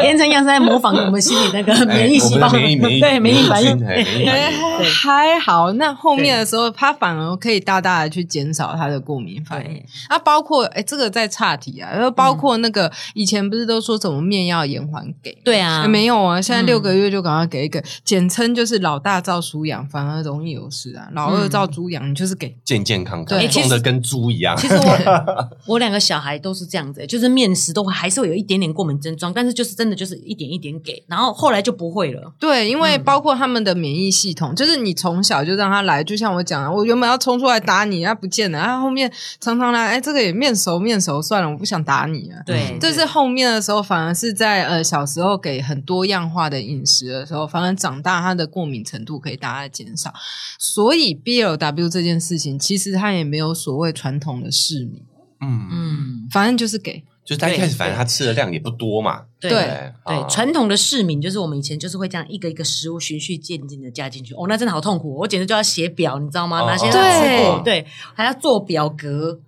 严晨样是在模仿我们心里那个免疫细胞，
哎我们的免疫免疫
对免疫反应
菌，哎免疫反
哎
[LAUGHS]
应
还还好。那后面的时候，他反而可以大大的去减少他的过敏反应。
对
啊，包括哎，这个在岔题啊，然后
嗯
包括那个以前不是都说怎么面要延缓给。
对啊，
哎没有啊，现在
嗯
六个月就赶快给一个，简称就是老大照猪养，反而容易有事啊。老二
嗯
照猪养，你就是给
健健康康，
对
重的跟猪一样。
其实我我两个小孩都是这样子、欸就是面食都还是会有一点点过敏症状，但是就是真的就是一点一点给，然后后来就不会了。
对，因为
嗯
包括他们的免疫系统，就是你从小就让他来，就像我讲的，我原本要冲出来打你，他不见了，他后面常常来，哎，这个也面熟面熟，算了，我不想打你啊。
对，
嗯
对
就是后面的时候，反而是在呃小时候给很多样化的饮食的时候，反而长大他的过敏程度可以大大减少。所以 BLW 这件事情，其实它也没有所谓传统的市民，
嗯，
嗯，
反正就是给
就是他一开始反正他吃的量也不多嘛，
对
对哦
对
啊，
传统的市民就是我们以前就是会这样一个一个食物循序渐进的加进去。哦，那真的好痛苦，我简直就要写表，你知道吗？
哦
哪些
哦
吃过
对
对，还要做表格。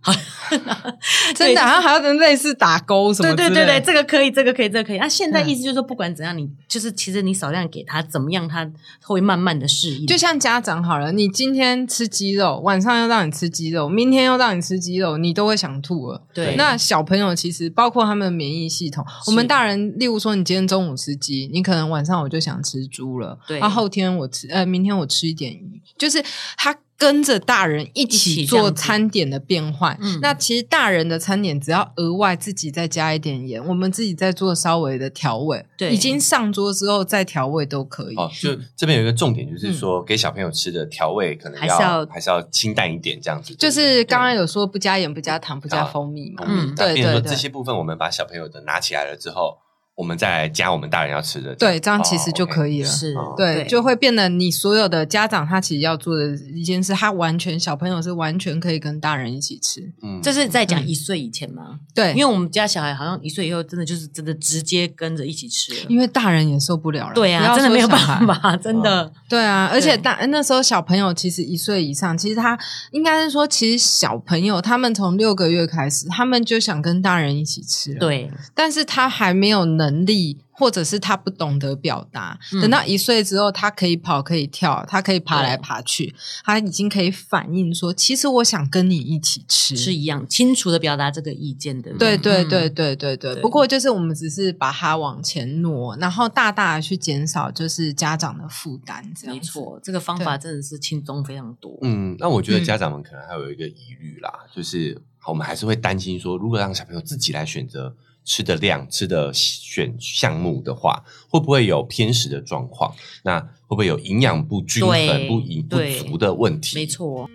真的，然啊后还要类似打勾什么
对
之类
对
的，
对对，这个可以，这个可以，这个可以。那现在
嗯
意思就是说，不管怎样，你就是其实你少量给他，怎么样，他会慢慢的适应。
就像家长好了，你今天吃鸡肉，晚上又让你吃鸡肉，明天又让你吃鸡肉，你都会想吐了。
对
那小朋友其实包括他们的免疫系统，我们大人，例如说你今天中午吃鸡，你可能晚上我就想吃猪了，
对
然后后天我吃，呃，明天我吃一点鱼，就是他。跟着大人一
一
起
起这样
做
子
餐点的变换，
嗯
那其实大人的餐点只要额外自己再加一点盐，我们自己再做稍微的调味，
对
已经上桌之后再调味都可以。
哦，就这边有一个重点，就是说给小朋友吃的调味可能
嗯还是要
要还是要清淡一点，这样子。
就是刚刚有说不加盐、不加糖、不加
啊
蜂蜜嘛，
嗯
嗯，
对
对变成说
对对
这些部分，我们把小朋友的拿起来了之后，我们再加我们大人要吃的。
对，这样其实就可
以。
以了。
是
哦
对，就会变得你所有的家长他其实要做的一件事，他完全小朋友是完全可以跟大人一起吃。
嗯，
这
这
是在讲
嗯
一岁以前吗？
对，
因
因为
为我们家小孩好像一岁以后，真的就是真的直接跟着一起吃了。
因为大人也受不了了，
对
不
啊，
要
真的
说
没有
小
办 [LAUGHS]
孩。
法，真的。
对啊，而且大那时候小朋友其实一岁以上，其实他应该是说，其实小朋友他们从六个月开始，他们就想跟大人一起吃了。
对，
但是他还没有能力，或者是他不懂得表达。
嗯
等到一岁之后，他可以跑，可以跳，他可以爬来爬去，他已经可以反映说，其实我想跟你一起吃。
是一样，清楚的表达这个意见的。
对
嗯
对对，对对对，
对
不过就是我们只是把它往前挪，然后大大的去减少就是家长的负担，这样
没
子。
错，这个方法真的是轻松非常多。
嗯，那我觉得家长们可能还有一个疑虑啦，就是我们还是会担心说，如果让小朋友自己来选择吃的量、吃的选项目的话，会不会有偏食的状况？那会不会有营养不均
对
衡、不一不
对
足的问题？
没错，哦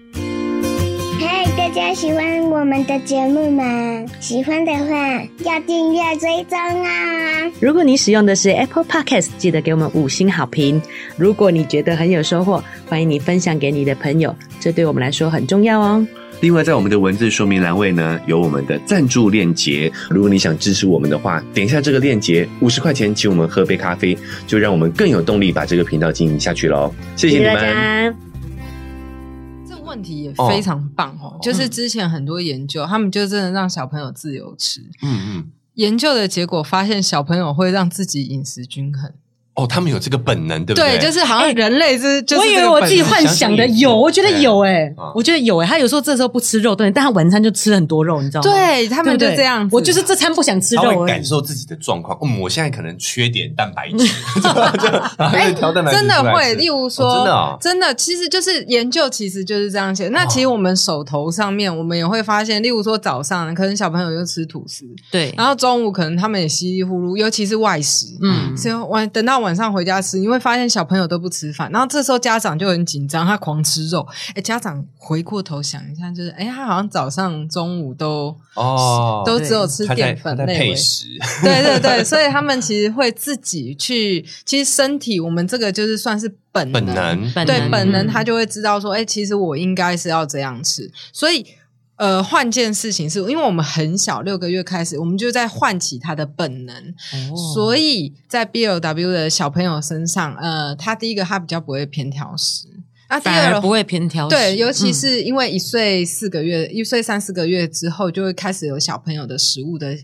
嗨，大家喜欢我们的节目吗？喜欢的话要订阅追踪啊、
如果你使用的是 Apple Podcast，记得给我们五星好评。如果你觉得很有收获，欢迎你分享给你的朋友，这对我们来说很重要哦。
另外，在我们的文字说明栏位呢，有我们的赞助链接。如果你想支持我们的话，点一下这个链接，五十块钱请我们喝杯咖啡，就让我们更有动力把这个频道经营下去喽。谢谢你
大
们。
家。
这问题也非常棒哦，就是之前很多研究，他们就真的让小朋友自由吃。
嗯嗯，
研究的结果发现，小朋友会让自己饮食均衡。
哦，他们有这个本能，对不
对，
对？
就是好像哎人类是，就是
我以
这
为
个
我
本
自己
能
幻想的
本来
有，我觉得
对
有哎
啊，
我觉得有哎。他有时候这时候不吃肉，对，但他晚餐就吃很多肉，你知道吗？
对他
对不对，
们就这样子。
我就是这餐不想吃
他
肉
会
而
感
已。
受自己的状况。嗯，我现在可能缺点蛋白质，就然后就挑蛋白质
真的
出来
会，
吃
例如说，
啊哦真的哦
真的，其实就是研究，其实就是这样写。那其实我们手头上面，我们也会发现，例如说早上可能小朋友就吃吐司，
嗯
对，
然后中午可能他们也稀里糊涂，尤其是外食，
嗯，
所以晚等到晚上回家吃，你会发现小朋友都不吃饭，然后这时候家长就很紧张，他狂吃肉。哎，家长回过头想一下，就是哎，诶他好像早上、中午都
哦，
都只有吃
他在
淀粉
他在
类
配
为
食，
对对对，所以他们其实会自己去，其实身体我们这个就是算是本能，
本能，
本
对
能
本能，
嗯
他就会知道说，哎、其实我应该是要这样吃，所以。呃，换件事情是因为我们很小，六个月开始，我们就在唤起他的本能，
嗯哦
所以在 BLW 的小朋友身上，呃，他第一个他比较不会偏挑食，那第
反
二
而不会偏挑食。
对，尤其
嗯
是因为一岁四个月、一岁三四个月之后，就会开始有小朋友的食物的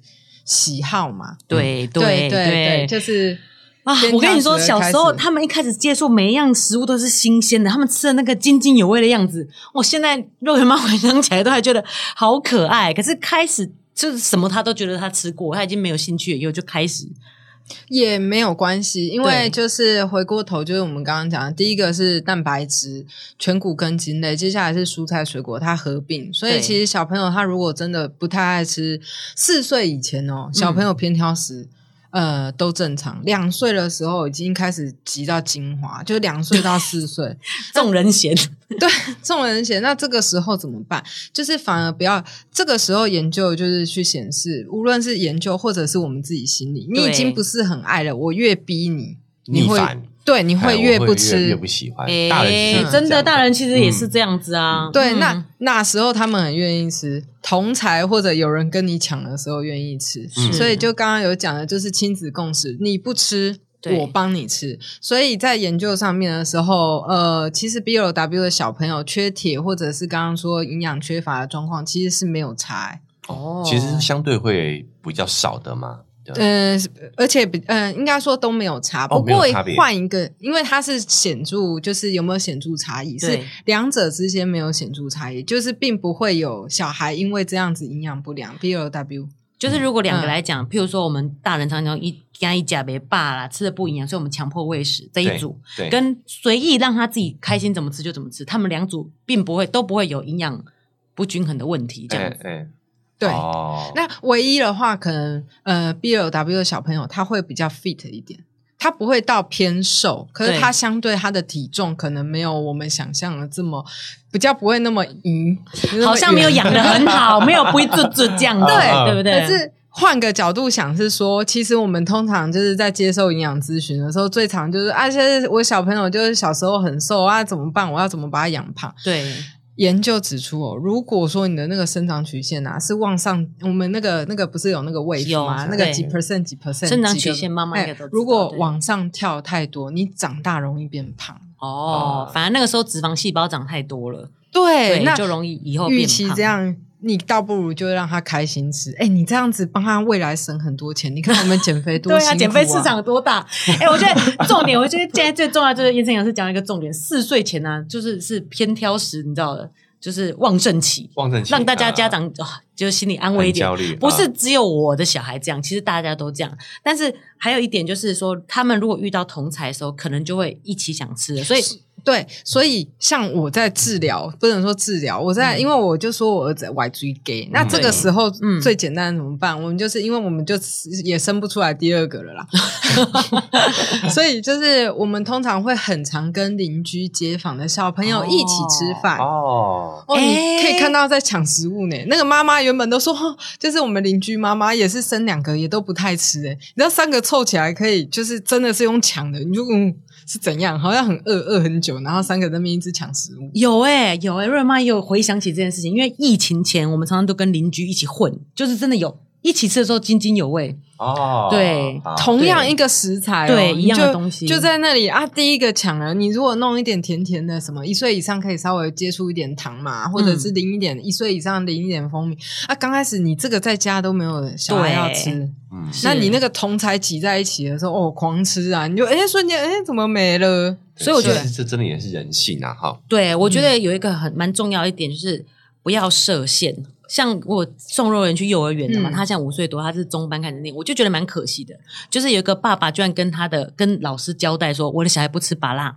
喜好嘛，
嗯对对
对
对
就是
啊
边！
我跟你说，
挑食的
小
开
时候
始
他们一开始接触每一样食物都是新鲜的，他们吃的那个津津有味的样子，我现在肉圆妈回想起来都还觉得好可爱。可是开始就是什么他都觉得他吃过，他已经没有兴趣了，以后就开始
也没有关系，因为
对
就是回过头，就是我们刚刚讲的，第一个是蛋白质、全谷根茎类，接下来是蔬菜水果，它合并。所以
对
其实小朋友他如果真的不太爱吃，四岁以前哦，小
嗯
朋友偏挑食。呃，都正常。两岁的时候已经开始急到精华，就两岁到四岁，
众人嫌。
对，众人嫌。那这个时候怎么办？就是反而不要。这个时候研究就是去显示，无论是研究或者是我们自己心里，你已
对
经不是很爱了，我越逼你，你
逆
会
反，
对，你
哎
会
我
越不
越
吃
不。喜欢。
[LAUGHS] 哎
大人其实是
真
这
的，
样
大人其实也是这样子啊。
对，
嗯
那那时候他们很愿意吃同才或者有人跟你抢的时候愿意吃，
嗯
所以就刚刚有讲的，就是亲子共识，你不吃。
对
我帮你吃，所以在研究上面的时候，呃，其实 BLW 的小朋友缺铁或者是刚刚说营养缺乏的状况，其实是没有差、欸。
哦
其实相对会比较少的嘛。对
嗯、而且比呃，应该说都没有差，
哦
不
没有
过
差别
换一个，因为它是显著，就是有没有显著差异，是
嗯对
两者之间没有显著差异，就是并不会有小孩因为这样子营养不良 （BLW）。
就是如果两个
嗯
来讲，譬如说我们大人常常一加一加没罢啦，吃的不营养，所以我们强迫喂食这一组，
对，哎
跟随意让他自己开心怎么吃就怎么吃，他们两组并不会都不会有营养不均衡的问题，这样
哎
子。
哎，
对，
哦
那唯一的话，可能呃 BLW 的小朋友他会比较 fit 一点，他不会到偏瘦，可是
对
他相对他的体重可能没有我们想象的这么比较不会那么匀，
好像没有
养 [LAUGHS]
养的很
[LAUGHS]
好，没有不会这这这样子，
对
对不对？
可是换个角度想，是说，其实我们通常就是在接受营养咨询的时候，最常就是啊，现在我小朋友就是小时候很瘦啊，怎么办？我要怎么把他养胖？
对
研究指出哦，如果说你的那个生长曲线啊是往上，我们那个那个不是有那个位置
有
吗？那
对
个几 percent 几 percent
生长
几
曲
个
线妈妈应该都知道
哎如果
对
往上跳太多，你长大容易变胖。
哦，反正那个时候脂肪细胞长太多了，
对，
对，
那
就容易以后
预
变
期
胖
这。样，你倒不如就让他开心吃。哎，你这样子帮他未来省很多钱。你看我们减肥多
[LAUGHS] 对
辛苦
啊，减肥市场多 [LAUGHS] 大？哎、我觉得重点，我觉得现在最重要就是严晨老师讲了一个重点，四岁前呢、啊，就是是偏挑食，你知道的，就是旺盛期，
旺盛期
让大家
啊
家长啊、就是心里安慰一
很
点
焦。虑，
不是
啊
只有我的小孩这样，其实大家都这样。但是还有一点就是说，他们如果遇到同才的时候，可能就会一起想吃了。所以
对，所以像我在治疗，不能说治疗，我在、因为我就说我儿子 YG gay，那这个时候
嗯
最简单的怎么办？我们就是因为我们就也生不出来第二个
[LAUGHS]
了啦，所以就是我们通常会很常跟邻居街坊的小朋友一起吃饭。
哦，
哦，
哎
你可以看到在抢食物呢。那个妈妈原本都说， [LAUGHS] 哦就是我们邻居妈妈也是生两个，也都不太吃哎。你知道三个凑起来可以，就是真的是用抢的，你就嗯是怎样？好像很饿饿很久，然后三个在那边一直抢食物。
有哎、有哎、瑞妈也有回想起这件事情，因为疫情前我们常常都跟邻居一起混，就是真的有一起吃的时候津津有味。
哦，
对
好
同样
对
一个食
啊
材、哦，
对
你
哎一样的
就
东西
就在那里啊。第一个抢了，你如果弄一点甜甜的，什么一岁以上可以稍微接触一点糖嘛，或
嗯
者是淋一点、一岁以上淋一点蜂蜜啊。刚开始你这个在家都没有小孩要
对
吃，
嗯
是
那你那个同才挤在一起的时候，哦，狂吃啊！你就哎、诶瞬间哎、诶怎么没了？
所以我觉得
其实这真的也是人性啊，哈，
对，我觉得有一个很蛮重要一点就是不要设限。像我送肉人去幼儿园的嘛，
嗯
他现在五岁多，他是中班开始念，我就觉得蛮可惜的。就是有一个爸爸居然跟他的跟老师交代说，我的小孩不吃拔辣，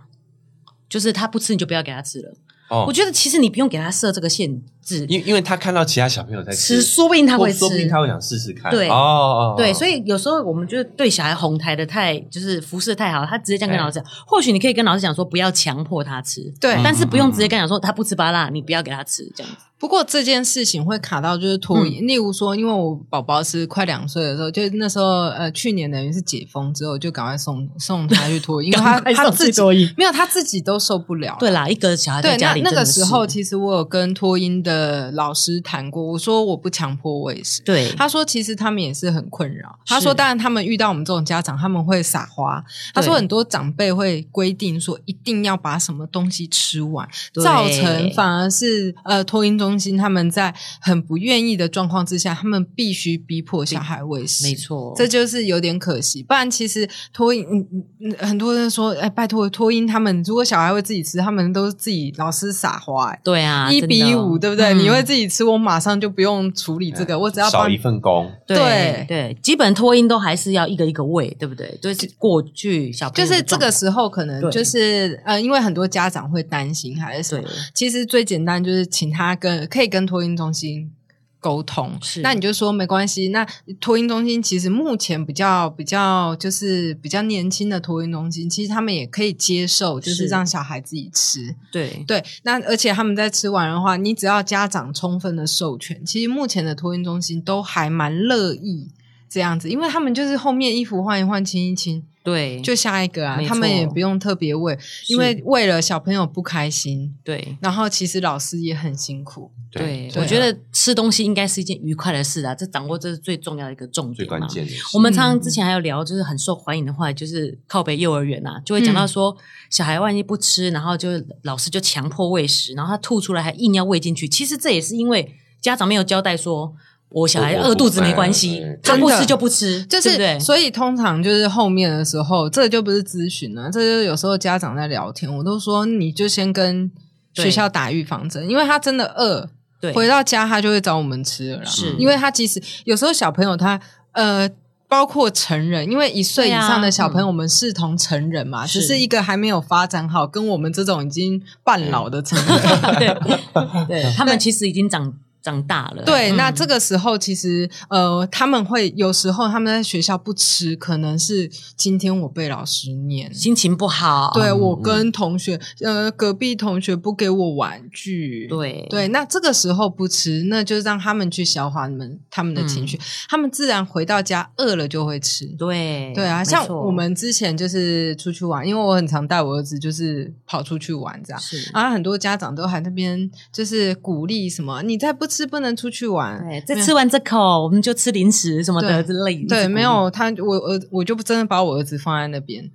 就是他不吃你就不要给他吃了。
哦
我，觉得其实你不用给他设这个限制，
因因为他看到其他小朋友在哦
吃说不定他会吃，
说不定他会想试试看，
对
哦哦，
对，所
以
以有时候我们就是对小孩哄抬的太，就是服侍得太好，他直接这样跟
哎
老师讲。或许你可以跟老师讲说，不要强迫他吃，
对
但是不用直
嗯
接跟他讲说他不吃巴辣，你不要给他吃这样子。
不过这件事情会卡到就是拖延，例如说，因为我宝宝是快两岁的时候，就是那时候呃，去年等于是解封之后，就赶快送 [LAUGHS] 送他去托婴，因为他
赶快
他
送去
自己
托婴
没有他自己都受不了。
对啦，一个小孩在
对，
家
那
里
那
真的
个
是
时候其实我有跟托婴的老师谈过，我说我不强迫喂食。
对，
他说，其实他们也是很困扰。他说，当然他们遇到我们这种家长，他们会撒花。他说，
对
很多长辈会规定说，一定要把什么东西吃完，
对
造成反而是呃托婴中心他们在很不愿意的状况之下，他们必须逼迫小孩喂食。
没错，
这就是有点可惜，不然其实托婴，嗯嗯嗯很多人说，哎，拜托托婴，他们如果小孩会自己吃，他们都自己老师撒花、哎
对啊，
一比
真的
五，对不对？你
嗯
会
哎
自己吃，我马上就不用处理这个，我只要
少
帮
一份工，
对
对
对，基本脱音都还是要一个一个喂，对不对？就是过去小朋
就
友的
是这个时候，可能
对
就是呃，因为很多家长会担心孩子什
状
么。
况
其实最简单就是请他跟可以跟托婴中心沟通，
是
那你就说没关系。那托婴中心其实目前比较比较就是比较年轻的托婴中心，其实他们也可以接受，就是是让小孩自己吃。
对对
对，那而且他们在吃完的话，你只要家长充分的授权，其实目前的托婴中心都还蛮乐意这样子，因为他们就是后面衣服换一换，清一清
对，
就下一个啊
没，错
他们也不用特别为，因为为了小朋友不开心，
对。
然后其实老师也很辛苦，
对，
对啊
我觉得吃东西应该是一件愉快的事啊，这掌握这是最重要的一个重点
最
嘛
关键的是
我们常
嗯
常之前还有聊，就是很受欢迎的话，就是靠北幼儿园啊，就会讲
嗯
到说，小孩万一不吃，然后就老师就强迫喂食，然后他吐出来还硬要喂进去。其实这也是因为家长没有交代说，我小孩
我我
饿肚子
不
没关系
哎，
他
真
不
的
吃就不吃，
就是
对不对
所以通常就是后面的时候，这就不是咨询了，这就是有时候家长在聊天，我都说你就先跟
对
学校打预防针，因为他真的饿，
对
回到家他就会找我们吃了啦。
是
因为他其实有时候小朋友他呃。包括成人，因为一岁以上的小朋
对啊
友，
嗯
我们视同成人嘛，
是
只是一个还没有发展好，跟我们这种已经半老
[LAUGHS]
的成人，
[LAUGHS]
[LAUGHS]
对对，他们其实已经长长大了。
对，
嗯
那这个时候其实呃，他们会有时候他们在学校不吃，可能是今天我被老师念，
心情不好，
对
嗯
我跟同学呃隔壁同学不给我玩具，
对
对，那这个时候不吃，那就让他们去消化你们他们的情绪，他们自然回到家饿了就会吃。
嗯对
对啊，
没
像
错
我们之前就是出去玩，因为我很常带我儿子就是跑出去玩这样，
是
然后很多家长都还那边就是鼓励什么，你再不吃不能出去玩，
对，这吃完这口，我们就吃零食什么的之
对
类的。
对，没有他，我儿我就真的把我儿子放在那边，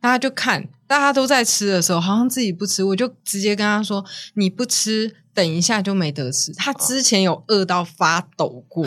那他就看大家都在吃的时候，好像自己不吃，我就直接跟他说：“你不吃，等一下就没得吃。”他之前有饿到发抖 [LAUGHS] 过，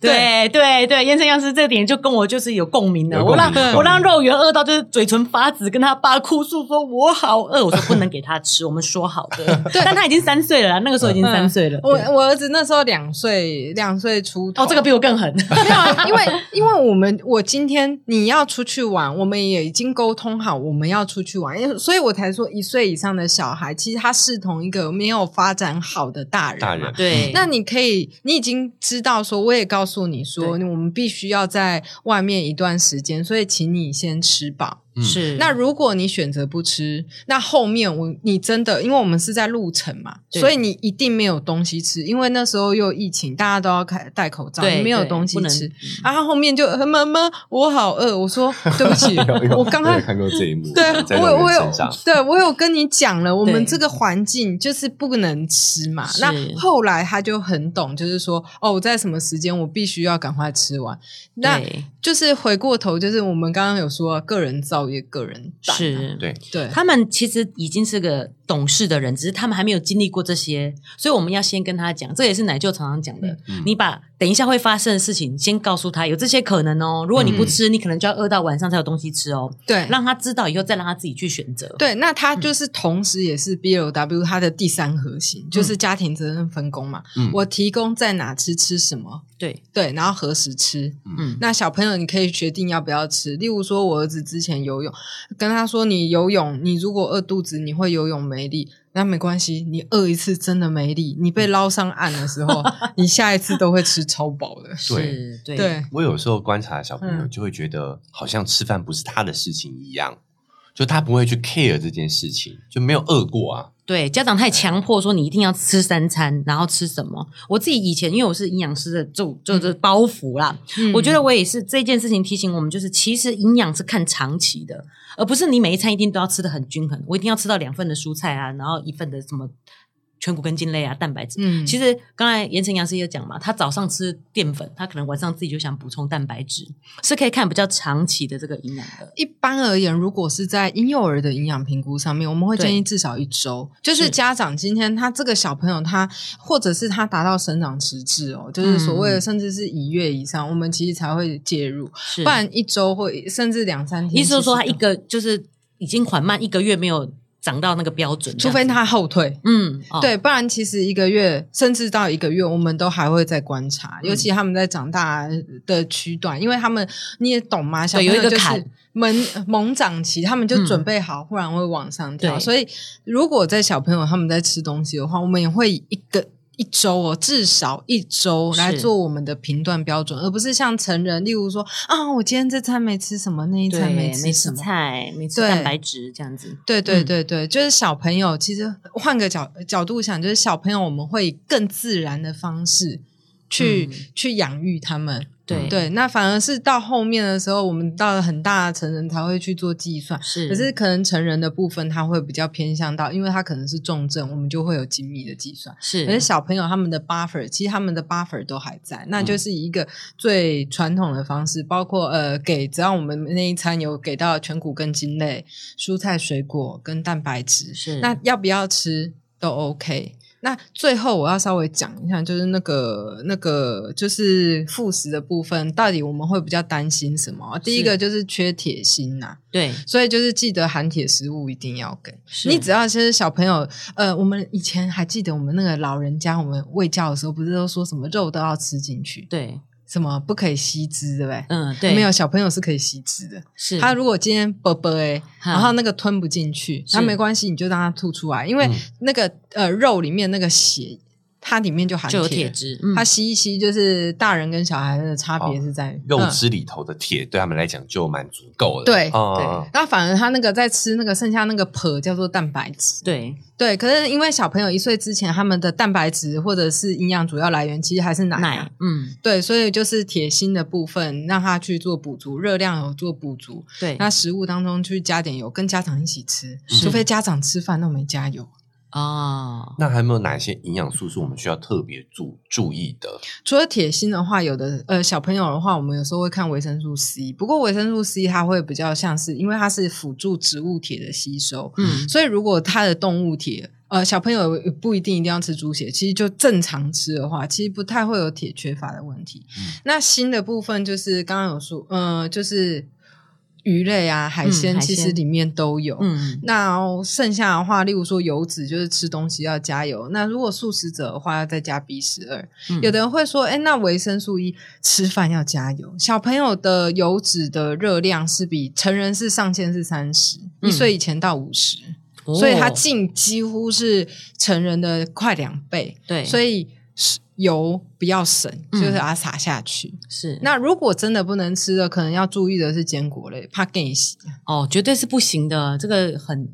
对对对，燕生药师这点就跟我就是有共鸣的。
有共
我
鸣
让
有共鸣
我让肉圆饿到就是嘴唇发紫，跟他爸哭诉说我好饿，我说不能给他吃，我们说好
[LAUGHS]
的。但他已经三岁了啦，那个时候已经三岁了。
我
对
我儿子那时候两岁，两岁出头。
哦，这个比我更狠。
[LAUGHS] 没有啊，因 [LAUGHS] 为因为我们我今天你要出去玩，我们也已经沟通好我们要出去玩，因为所以我才说一岁以上的小孩其实他视同一个没有发展好的大人嘛，
大
[LAUGHS]
人
对，
那你可以，你已经知道说，我也告诉你说，
对
我们必须要在外面一段时间，所以请你先吃饱。
嗯
是
那如果你选择不吃，那后面我你真的，因为我们是在路程嘛，
对
所以你一定没有东西吃，因为那时候又疫情，大家都要开戴口罩，
对
你没有
对
东西
不能嗯
吃。啊，他后面就呃妈妈，我好饿。我
[LAUGHS]
说对不起
[LAUGHS] 有，
我刚
有
刚
看过这一幕，
对
[LAUGHS] 在
我
肉
有
圆
我有
身上，
对我有跟你讲了，我
对
们这个环境就是不能吃嘛。
是
那后来他就很懂，就是说哦，我在什么时间我必须要赶快吃完。那
对
就是回过头，就是我们刚刚有说啊个人造业，个人担啊
是
对
对，
他们其实已经是个懂事的人，只是他们还没有经历过这些，所以我们要先跟他讲，这也是奶舅常常讲的。
嗯
你把等一下会发生的事情先告诉他，有这些可能哦。如果你不吃，你可能就要饿到晚上才有东西吃哦。
对。
让嗯他知道以后，再让他自己去选择。
对，那他就是同时也是 BLW 它的第三核心，
嗯
就是家庭责任分工嘛。
嗯
我提供在哪吃吃什么，
对
对，然后何时吃，
嗯
那小朋友你可以决定要不要吃。例如说，我儿子之前游泳，跟他说你游泳，你如果饿肚子，你会游泳没力，那没关系，你饿一次真的没力，你被捞上岸
[LAUGHS]
的时候，你下一次都会吃超饱的。
是， [LAUGHS] 对
对，
我有时候观察小朋友，
嗯
就会觉得好像吃饭不是他的事情一样，就他不会去 care 这件事情，就没有饿过啊。
对，家长太强迫说你一定要吃三餐，然后吃什么？我自己以前因为我是营养师的，就就是包袱啦，
嗯
我觉得我也是这件事情提醒我们，就是其实营养是看长期的，而不是你每一餐一定都要吃的很均衡。我一定要吃到两份的蔬菜啊，然后一份的什么全谷根茎类啊，蛋白质。
嗯
其实刚才严晨杨师也讲嘛，他早上吃淀粉，他可能晚上自己就想补充蛋白质，是可以看比较长期的这个营养的。
一般而言，如果是在婴幼儿的营养评估上面，我们会建议至少一周。就是
是
家长今天他这个小朋友他，或者是他达到生长迟滞哦，就是所
嗯
谓的甚至是一月以上，我们其实才会介入，
是
不然一周或甚至两三天。
意思是说他
其
一
实都，
个就是已经缓慢一个月没有长到那个标准，
除非
这样子
他后退。
嗯、哦
对，不然其实一个月甚至到一个月，我们都还会在观察，
嗯
尤其他们在长大的区段，因为他们你也懂嘛，小朋
有一
友
个
就是
坎
萌猛长期，他们就
嗯
准备好，不然会往上跳。
对
所以如果在小朋友他们在吃东西的话，我们也会以一个。一周哦，至少一周来
是
做我们的评断标准，而不是像成人，例如说啊，我今天这餐没吃什么，那一
对
餐没吃
没
什
吃
么，
菜，没吃
对
蛋白质这样子。
对对
嗯
对对，就是小朋友，呃其实换个角角度想，就是小朋友我们会以更自然的方式去、
嗯
去养育他们。
对
对，那反而是到后面的时候，我们到了很大的成人才会去做计算。
是，
可是可能成人的部分，他会比较偏向到，因为他可能是重症，我们就会有精密的计算。
是
可是小朋友他们的 buffer，其实他们的 buffer 都还在，那就是
嗯
以一个最传统的方式，包括呃给，只要我们那一餐有给到全谷根茎类、蔬菜、水果跟蛋白质，
是
那要不要吃都 OK。那最后我要稍微讲一下，就是那个那个就是副食的部分，到底我们会比较担心什么？第一
是
个就是缺铁锌呐、
对，
所以就是记得含铁食物一定要给。
是
你只要其实小朋友，呃，我们以前还记得我们那个老人家，我们喂教的时候，不是都说什么肉都要吃进去，
对，
什么不可以吸汁，对不对？
嗯，对，
没有小朋友是可以吸汁的。
是
他如果今天啵啵哎，
哈
然后那个吞不进去，
是
那没关系，你就让他吐出来，因为
嗯
那个、呃肉里面那个血，它里面就含
就有
铁
铁。质，嗯
他吸一吸，就是大人跟小孩的差别是在于
哦
肉
嗯
汁里头的铁对他们来讲就蛮足够的。
对
哦
啊，
那反而他那个在吃那个剩下那个硼叫做蛋白质，
对，
对。可是因为小朋友一岁之前，他们的蛋白质或者是营养主要来源其实还是奶啊、
奶，嗯，
对，所以就是铁锌的部分让他去做补足，热量有做补足，
对，
那食物当中去加点油，跟家长一起吃，
是
除非家长吃饭都没加油。
哦，
那还有没有哪些营养素是我们需要特别注注意的？
除了铁锌的话，有的呃小朋友的话，我们有时候会看维生素 C，不过维生素 C 它会比较像是，因为它是辅助植物铁的吸收，
嗯，
所以如果它的动物铁，呃，小朋友不一定一定要吃猪血，其实就正常吃的话，其实不太会有铁缺乏的问题。
嗯
那锌的部分就是刚刚有说，呃，就是鱼类啊、海鲜，
嗯海
其实
鲜
里面都有。
嗯，
那剩下的话，例如说油脂，就是吃东西要加油。那如果素食者的话，要再加 B 十二。
嗯
有的人会说，哎、那维生素 E 吃饭要加油。小朋友的油脂的热量是比成人是上限是三十、
嗯
一岁以前到五十、所以它
哦
近几乎是成人的快两倍。
对，
所
以
以是油不要省，就
嗯
是把它撒下去。
是
那如果真的不能吃的，可能要注意的是坚果类，怕给洗。
哦，绝对是不行的，这个很。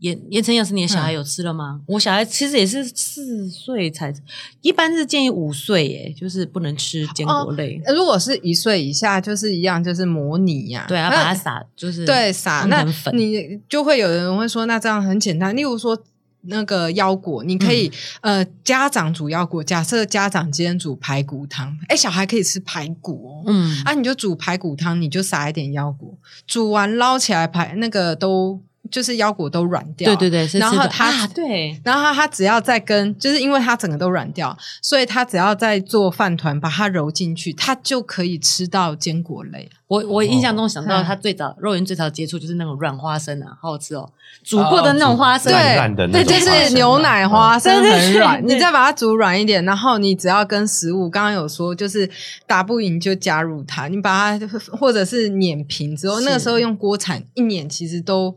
严严晨药师，你的小
嗯
孩有吃了吗？我小孩其实也是四岁才，一般是建议五岁，耶，就是不能吃坚果类。
呃如果是一岁以下，就是一样，就是模拟呀、
对啊，
那
把它撒就是
对撒
当
那
成粉
你就会有人会说，那这样很简单。例如说那个腰果，你可以、
嗯
呃，家长煮腰果，假设家长今天煮排骨汤，哎，小孩可以吃排骨哦。
嗯
啊，你就煮排骨汤，你就撒一点腰果，煮完捞起来排那个都就是腰果都软掉，
对对对，是
然
吃
后
的
它
啊对
然后它它只要再跟，就是因为它整个都软掉，所以它只要再做饭团把它揉进去，它就可以吃到坚果类。
我我印象中想到
嗯
他最早肉圆最早接触就是那种软花生啊，好好吃哦，煮过的那种花生，啊
对
软烂的那
对，
种
就
花生啊
是
嘛
牛奶花生
对对
很
对
软，
对
你再把它煮软一点，然后你只要跟食物，刚刚有说就是打不赢就加入它，你把它或者是碾平之后，
是
那个时候用锅铲一碾，其实都。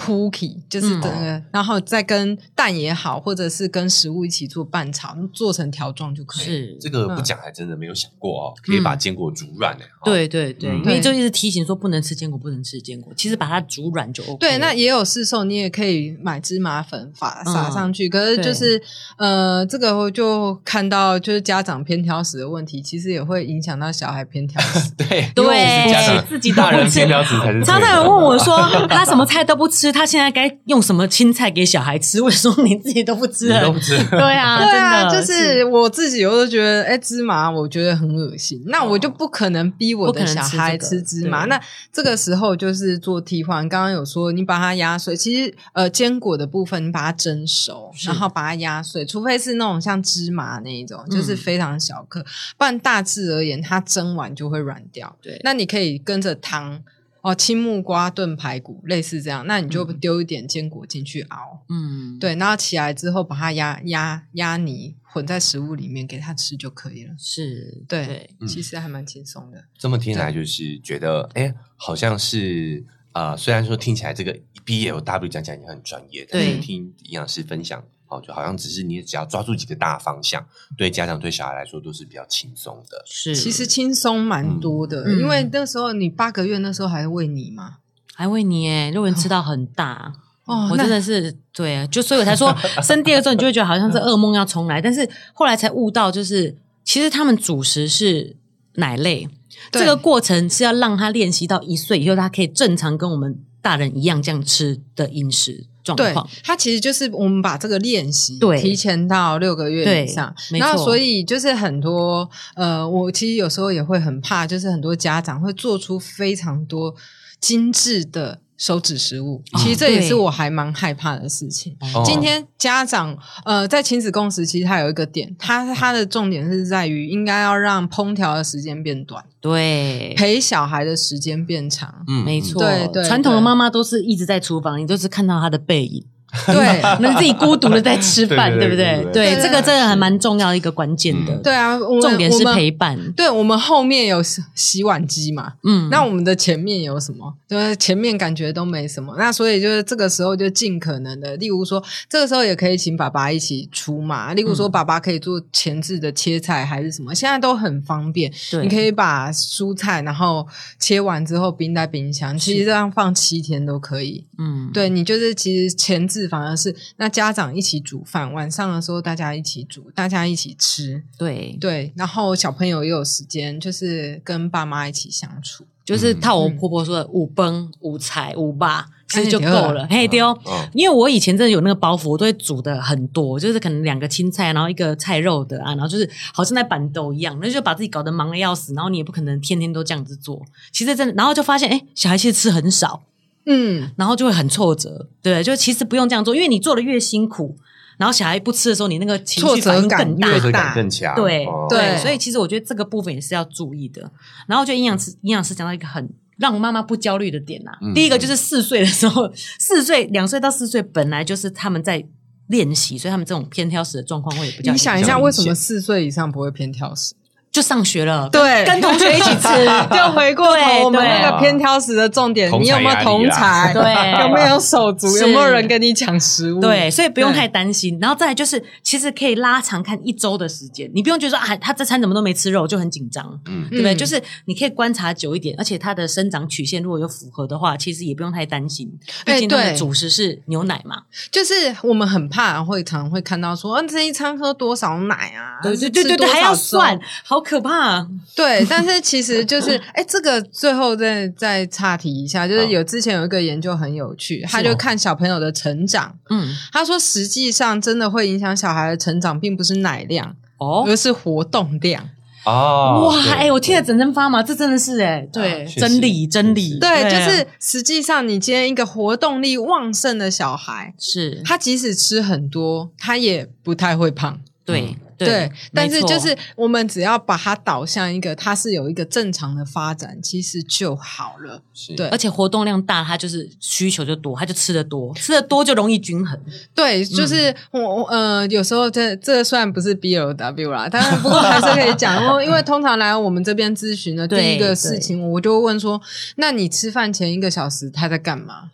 糊起就是整个，然后再跟蛋也好，或者是跟食物一起做拌炒，做成条状就可以了。
是
这个不讲还真的没有想过哦，可以把坚果煮软诶。哦，
嗯对对对，
嗯。
因为
对
就一直提醒说不能吃坚果，不能吃坚果。其实把它煮软就 OK 了。
对，那也有市售，你也可以买芝麻粉撒
嗯
撒上去。可是就是呃，这个我就看到就是家长偏挑食的问题，其实也会影响到小孩偏挑食
对
对
因为我们是家长
自己都
大人
不吃
偏挑食才是对的。
常常有人问我说，他什么菜都不吃，他现在该用什么青菜给小孩吃？我说你自己都不吃
你都
了
不，吃，
对啊，
[LAUGHS] 对啊，
真的
就是我自己，我都觉得，哎，芝麻我觉得很恶心，那我就不可能逼我
哦不
的
可
小
能吃
孩
这个
吃芝麻。
对
那这个时候就是做替换。刚刚有说，你把它压碎，其实呃，坚果的部分你把它蒸熟，
是
然后把它压碎，除非是那种像芝麻那一种，就是
嗯
非常小颗，不然大致而言，它蒸完就会软掉。
对
那你可以跟着汤哦，青木瓜炖排骨类似这样，那你就
嗯
丢一点坚果进去熬，
嗯，
对，然后起来之后把它压压压泥，混在食物里面给它吃就可以了。
是，
对，
对
嗯
其实还蛮轻松的。
这么听来就是觉得，哎，好像是呃，虽然说听起来这个 BLW 讲讲已经很专业，但是
对
听营养师分享，哦，就好像只是你只要抓住几个大方向，对家长对小孩来说都是比较轻松的。
是。
其实轻松蛮多的，
嗯
因为那时候你八个月那时候还喂你嘛，
还为你耶，肉圆吃到很大。
哦
我
那
真的是对
[LAUGHS]
啊，就所以我才说生第二个之后，你就会觉得好像是噩梦要重来。但是后来才悟到，就是其实他们主食是奶类，
对
这个过程是要让他练习到一岁以后，他可以正常跟我们大人一样这样吃的饮食状
对
况。，
它其实就是我们把这个练习
对
提前到六个月以
对
上，
没
然后
错
所以就是很多呃，我其实有时候也会很怕，就是很多家长会做出非常多精致的手指食物，其实这也
哦对
是我还蛮害怕的事情。
哦
今天家长呃，在亲子共识其实它有一个点，它它的重点是在于应该要让烹调的时间变短，
对，
陪小孩的时间变长。
嗯
没错，
对对
传统的
对
妈妈都是一直在厨房，你都是看到她的背影，
对， [LAUGHS]
那自己孤独的在吃饭，
对
对
[LAUGHS]
不
对对
对？
对
对，
对
这个真的还蛮重要一个关键的
嗯。
对啊，我们
重点
我
是
们
陪伴。
对我们后面有洗洗碗机嘛，
嗯，
那我们的前面有什么？就是前面感觉都没什么，那所以就是这个时候就尽可能的，例如说这个时候也可以请爸爸一起出嘛，例如说
嗯
爸爸可以做前置的切菜还是什么，现在都很方便。
对
你可以把蔬菜然后切完之后冰在冰箱，其实这样放七天都可以。
嗯，
对你就是其实前置反而是那家长一起煮饭，晚上的时候大家一起煮，大家一起吃。
对，
对，然后小朋友也有时间，就是跟爸妈一起相处。
就是
嗯
套
嗯
我婆婆说的五崩五彩五霸，其
哎
实就
啊
够了。嘿哦丢。
嗯
因为我以前真的有那个包袱，我都会煮的很多，就是可能两个青菜，然后一个菜肉的啊，然后就是好像在板豆一样，那就把自己搞得忙的要死，然后你也不可能天天都这样子做。其实真的，然后就发现，哎，小孩其实吃很少，
嗯，
然后就会很挫折，对，就其实不用这样做，因为你做的越辛苦，然后小孩不吃的时候，你那个情绪反应更大
挫
挫
越，
折
大
感更强，
对
哦
对，
对
所以其实我觉得这个部分也是要注意的。然后就营养师营养师讲到一个很让我妈妈不焦虑的点呐、啊
嗯
第一个就是四岁的时候，四岁两岁到四岁本来就是他们在练习，所以他们这种偏挑食的状况会比较
你想一
比较
下，
明
为什么
显
四岁以上不会偏挑食？
就上学了，
对
跟同学一起吃，
[LAUGHS] 就回过头，
对
我们
对
那个偏挑食的重点，
同
你有没有
侪压力
同
啦
才？
对
有没有手足？
是
有没有人跟你抢食物？
对，，所以不用
对
太担心。然后再来就是，其实可以拉长看一周的时间，你不用觉得说啊，他这餐怎么都没吃肉就很紧张，
嗯
对不对？
嗯
就是你可以观察久一点，而且它的生长曲线如果有符合的话，其实也不用太担心，
哎
毕竟它的
对
主食是牛奶嘛。
就是我们很怕会常会看到说，嗯，这一餐喝多少奶啊？
对
是
对
吃
对对，
多
还
少
要
粥
算，好可怕、啊。
[LAUGHS] 对，但是其实
[LAUGHS]
就是，哎、这个最后再再岔题一下，就是
好
有之前有一个研究很有趣，他
是
就
哦
看小朋友的成长，
嗯，
他说实际上真的会影响小孩的成长，并不是奶量，
哦，
而是活动量。
哦，
哇，
对
哎、我听了整身发麻，这真的是哎、
啊
对，
确实
真理真
确
理，
实
对，就
啊
是实际上你今天一个活动力旺盛的小孩，
是，
他嗯即使吃很多，他也不太会胖。
对
对，但是
没错
就是我们只要把它导向一个，它是有一个正常的发展，其实就好了。
是
对
而且活动量大，它就是需求就多，它就吃的多，吃的多就容易均衡。
对，
嗯
就是我、我呃，有时候这这虽然不是 B L W 啦，但是不过还是可以
[LAUGHS]
讲，因为因为通常来我们这边咨询的第
对
一个事情，我就会问说，那你吃饭前一个小时他在干嘛？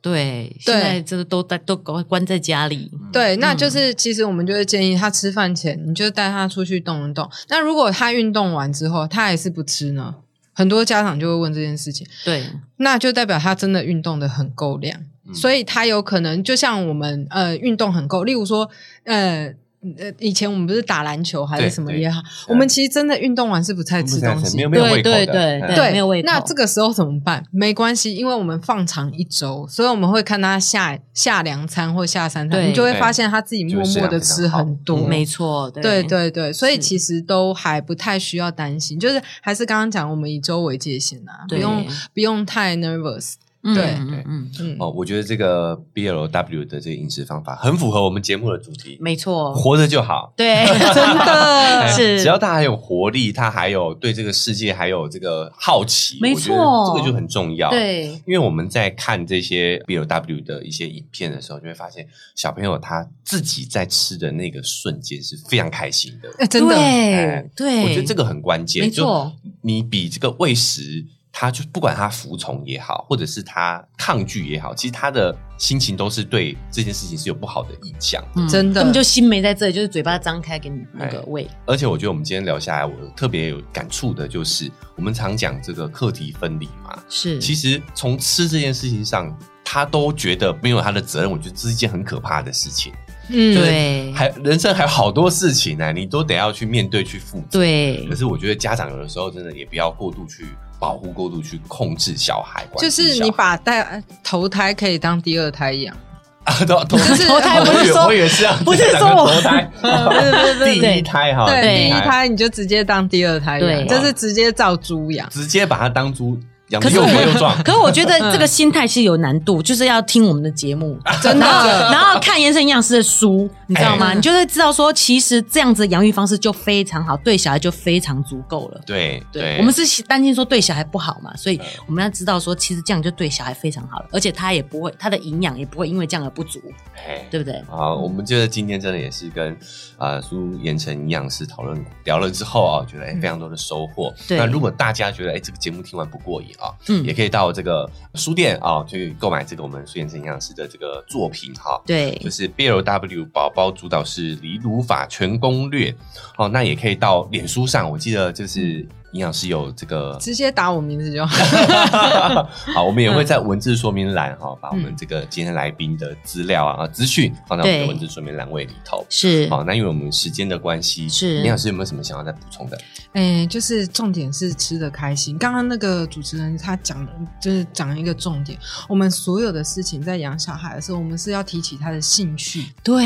对，现在这个都在都关关在家里，
对，那
嗯
就是其实我们就会建议他吃饭前，你就带他出去动一动。那如果他运动完之后他还是不吃呢？很多家长就会问这件事情，
对，
那就代表他真的运动的很够量，
嗯
所以他有可能就像我们呃运动很够，例如说呃。呃，以前我们不是打篮球还是
对
什么
对啊
也好，我们其实真的运动完是不太
不
吃
太
东
吃没
西
有，没有
对
胃口的
对对
嗯
对没有胃口
那这个时候怎么办？没关系，因为我们放长一周，所以我们会看他下下两餐或下三餐，
对
你就会发现他自己
就
默
是
默的
这样
吃
非常好
很多，
嗯
没错，
对
对
对对，所以
是
其实都还不太需要担心，就是还是刚刚讲，我们以周为界限啊，不
对
用不用太 nervous。
嗯
对
嗯嗯嗯，
嗯，
哦，我觉得这个 B L W 的这个饮食方法很符合我们节目的主题，
没错，
活着就好。
对，
真的
是
哎只要他还有活力，他还有对这个世界还有这个好奇，
没
我觉得
错
这个就很重要。。
对
因为我们在看这些 B L W 的一些影片的时候，就会发现小朋友他自己在吃的那个瞬间是非常开心的。
哎 [LAUGHS] 真的，
对
哎
对，
我觉得这个很关键，
没错
就你比这个喂食，他就不管他服从也好，或者是他抗拒也好，其实他的心情都是对这件事情是有不好的印象的。哎
嗯
真的
根本就心没在这里，就是嘴巴张开给你那个喂，
而且我觉得我们今天聊下来，我特别有感触的就是，我们常讲这个课题分离嘛，
是，
其实从吃这件事情上，他都觉得没有他的责任，我觉得这是一件很可怕的事情。
嗯
就是
对
还人生还有好多事情呢、你都得要去面对去负责。
对
可是我觉得家长有的时候真的也不要过度去保护、过度去控制小孩，管
就
制
是
小
你
孩
把带呃头胎可以当第二胎一 [LAUGHS] 样，
啊， [LAUGHS] 都都
就是呃
我
投胎
以为
[LAUGHS]
不是说
我以为是啊，
不是
两个
说我
投胎，
[LAUGHS] 对对
第一胎哈，
对，第
一
一胎你就直接当第二胎一
对
样，就是直接照猪养。
直接把它当猪养
可
得
是
又肥又
我
壮，，
可是我觉得
嗯
这个心态是有难度，就是要听我们的节
[LAUGHS]
目，
啊真的
然后然后看延伸营养师的书，你知道吗？
哎
你就会知道说，其实这样子的养育方式就非常好，对小孩就非常足够了。
对对，嗯
我们是担心说对小孩不好嘛，所以我们要知道说，其实这样就对小孩非常好了，而且他也不会，他的营养也不会因为这样而不足，
哎
对不对？
好，我们觉得今天真的也是跟呃苏延成营养师讨论聊了之后啊，觉得哎、非常多的收获。
对
那如果大家觉得哎、这个节目听完不过瘾啊，
嗯
也可以到这个书店啊去购买这个我们苏延成营养师的这个作品哈、
对
就是 B L W 宝宝主导式离乳法全攻略哦，那也可以到脸书上，我记得就是营养师有这个
[LAUGHS] 直接打我名字 [LAUGHS] 就好。
[LAUGHS] 好，我们也会在文字说明栏
嗯
哈、把我们这个今天来宾的资料啊、资讯放到我们的
对
文字说明栏位里头。
是
好，那因为我们时间的关系，
是
林老师有没有什么想要再补充的？
哎、就是重点是吃的开心。刚刚那个主持人他讲，就是讲一个重点，我们所有的事情在养小孩的时候，我们是要提起他的兴趣，
对，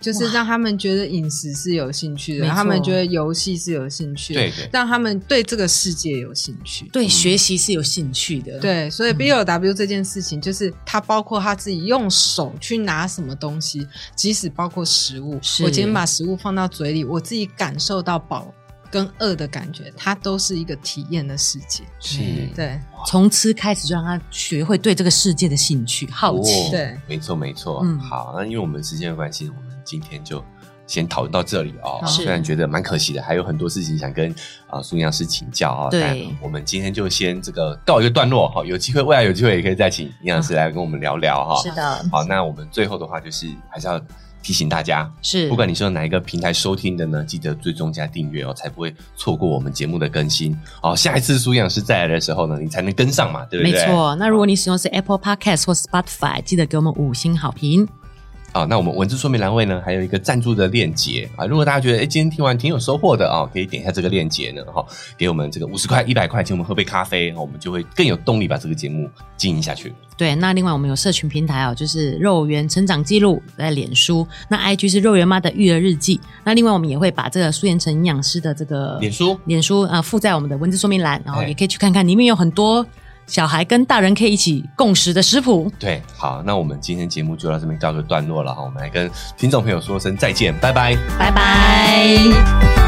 就是让他们觉得饮食是有兴趣的，
没错
他们觉得游戏是有兴趣的，
对对，
让他们对这个世界有兴趣。
嗯
对嗯学习是有兴趣的，
对，所以 B O W 这件事情，就是他包括他自己用手去拿什么东西，即使包括食物，
是
我今天把食物放到嘴里，我自己感受到饱跟饿的感觉，它都是一个体验的世界。
是
对，
从吃开始就让他学会对这个世界的兴趣、好奇。
对，
哦没错没错。
嗯
好，那因为我们时间的关系，我们今天就。先讨论到这里哦，
好
虽然觉得蛮可惜的，还有很多事情想跟啊苏营养师请教啊、哦。
对
但我们今天就先这个告一个段落哈、有机会未来有机会也可以再请营养师来跟我们聊聊哈、
是的，
好，那我们最后的话就是还是要提醒大家，
是
不管你是用哪一个平台收听的呢，记得追踪加订阅哦，才不会错过我们节目的更新。好，下一次苏营养师再来的时候呢，你才能跟上嘛，对不
没
对？。
错。那如果你使用的是 Apple Podcast 或 Spotify，记得给我们五星好评。
好，那我们文字说明栏位呢，还有一个赞助的链接啊。如果大家觉得哎、诶今天听完挺有收获的啊、可以点一下这个链接呢，哈、给我们这个五十块、一百块，请我们喝杯咖啡，哦我们就会更有动力把这个节目经营下去。
对，那另外我们有社群平台哦，就是肉圆成长记录在脸书，那 IG 是肉圆妈的育儿日记。那另外我们也会把这个苏妍成营养师的这个
脸书
脸书啊、呃附在我们的文字说明栏，然后
哎
也可以去看看，里面有很多小孩跟大人可以一起共食的食谱。
对，好，那我们今天节目就到这边告一个段落了哈，我们来跟听众朋友说声再见，拜拜。
拜拜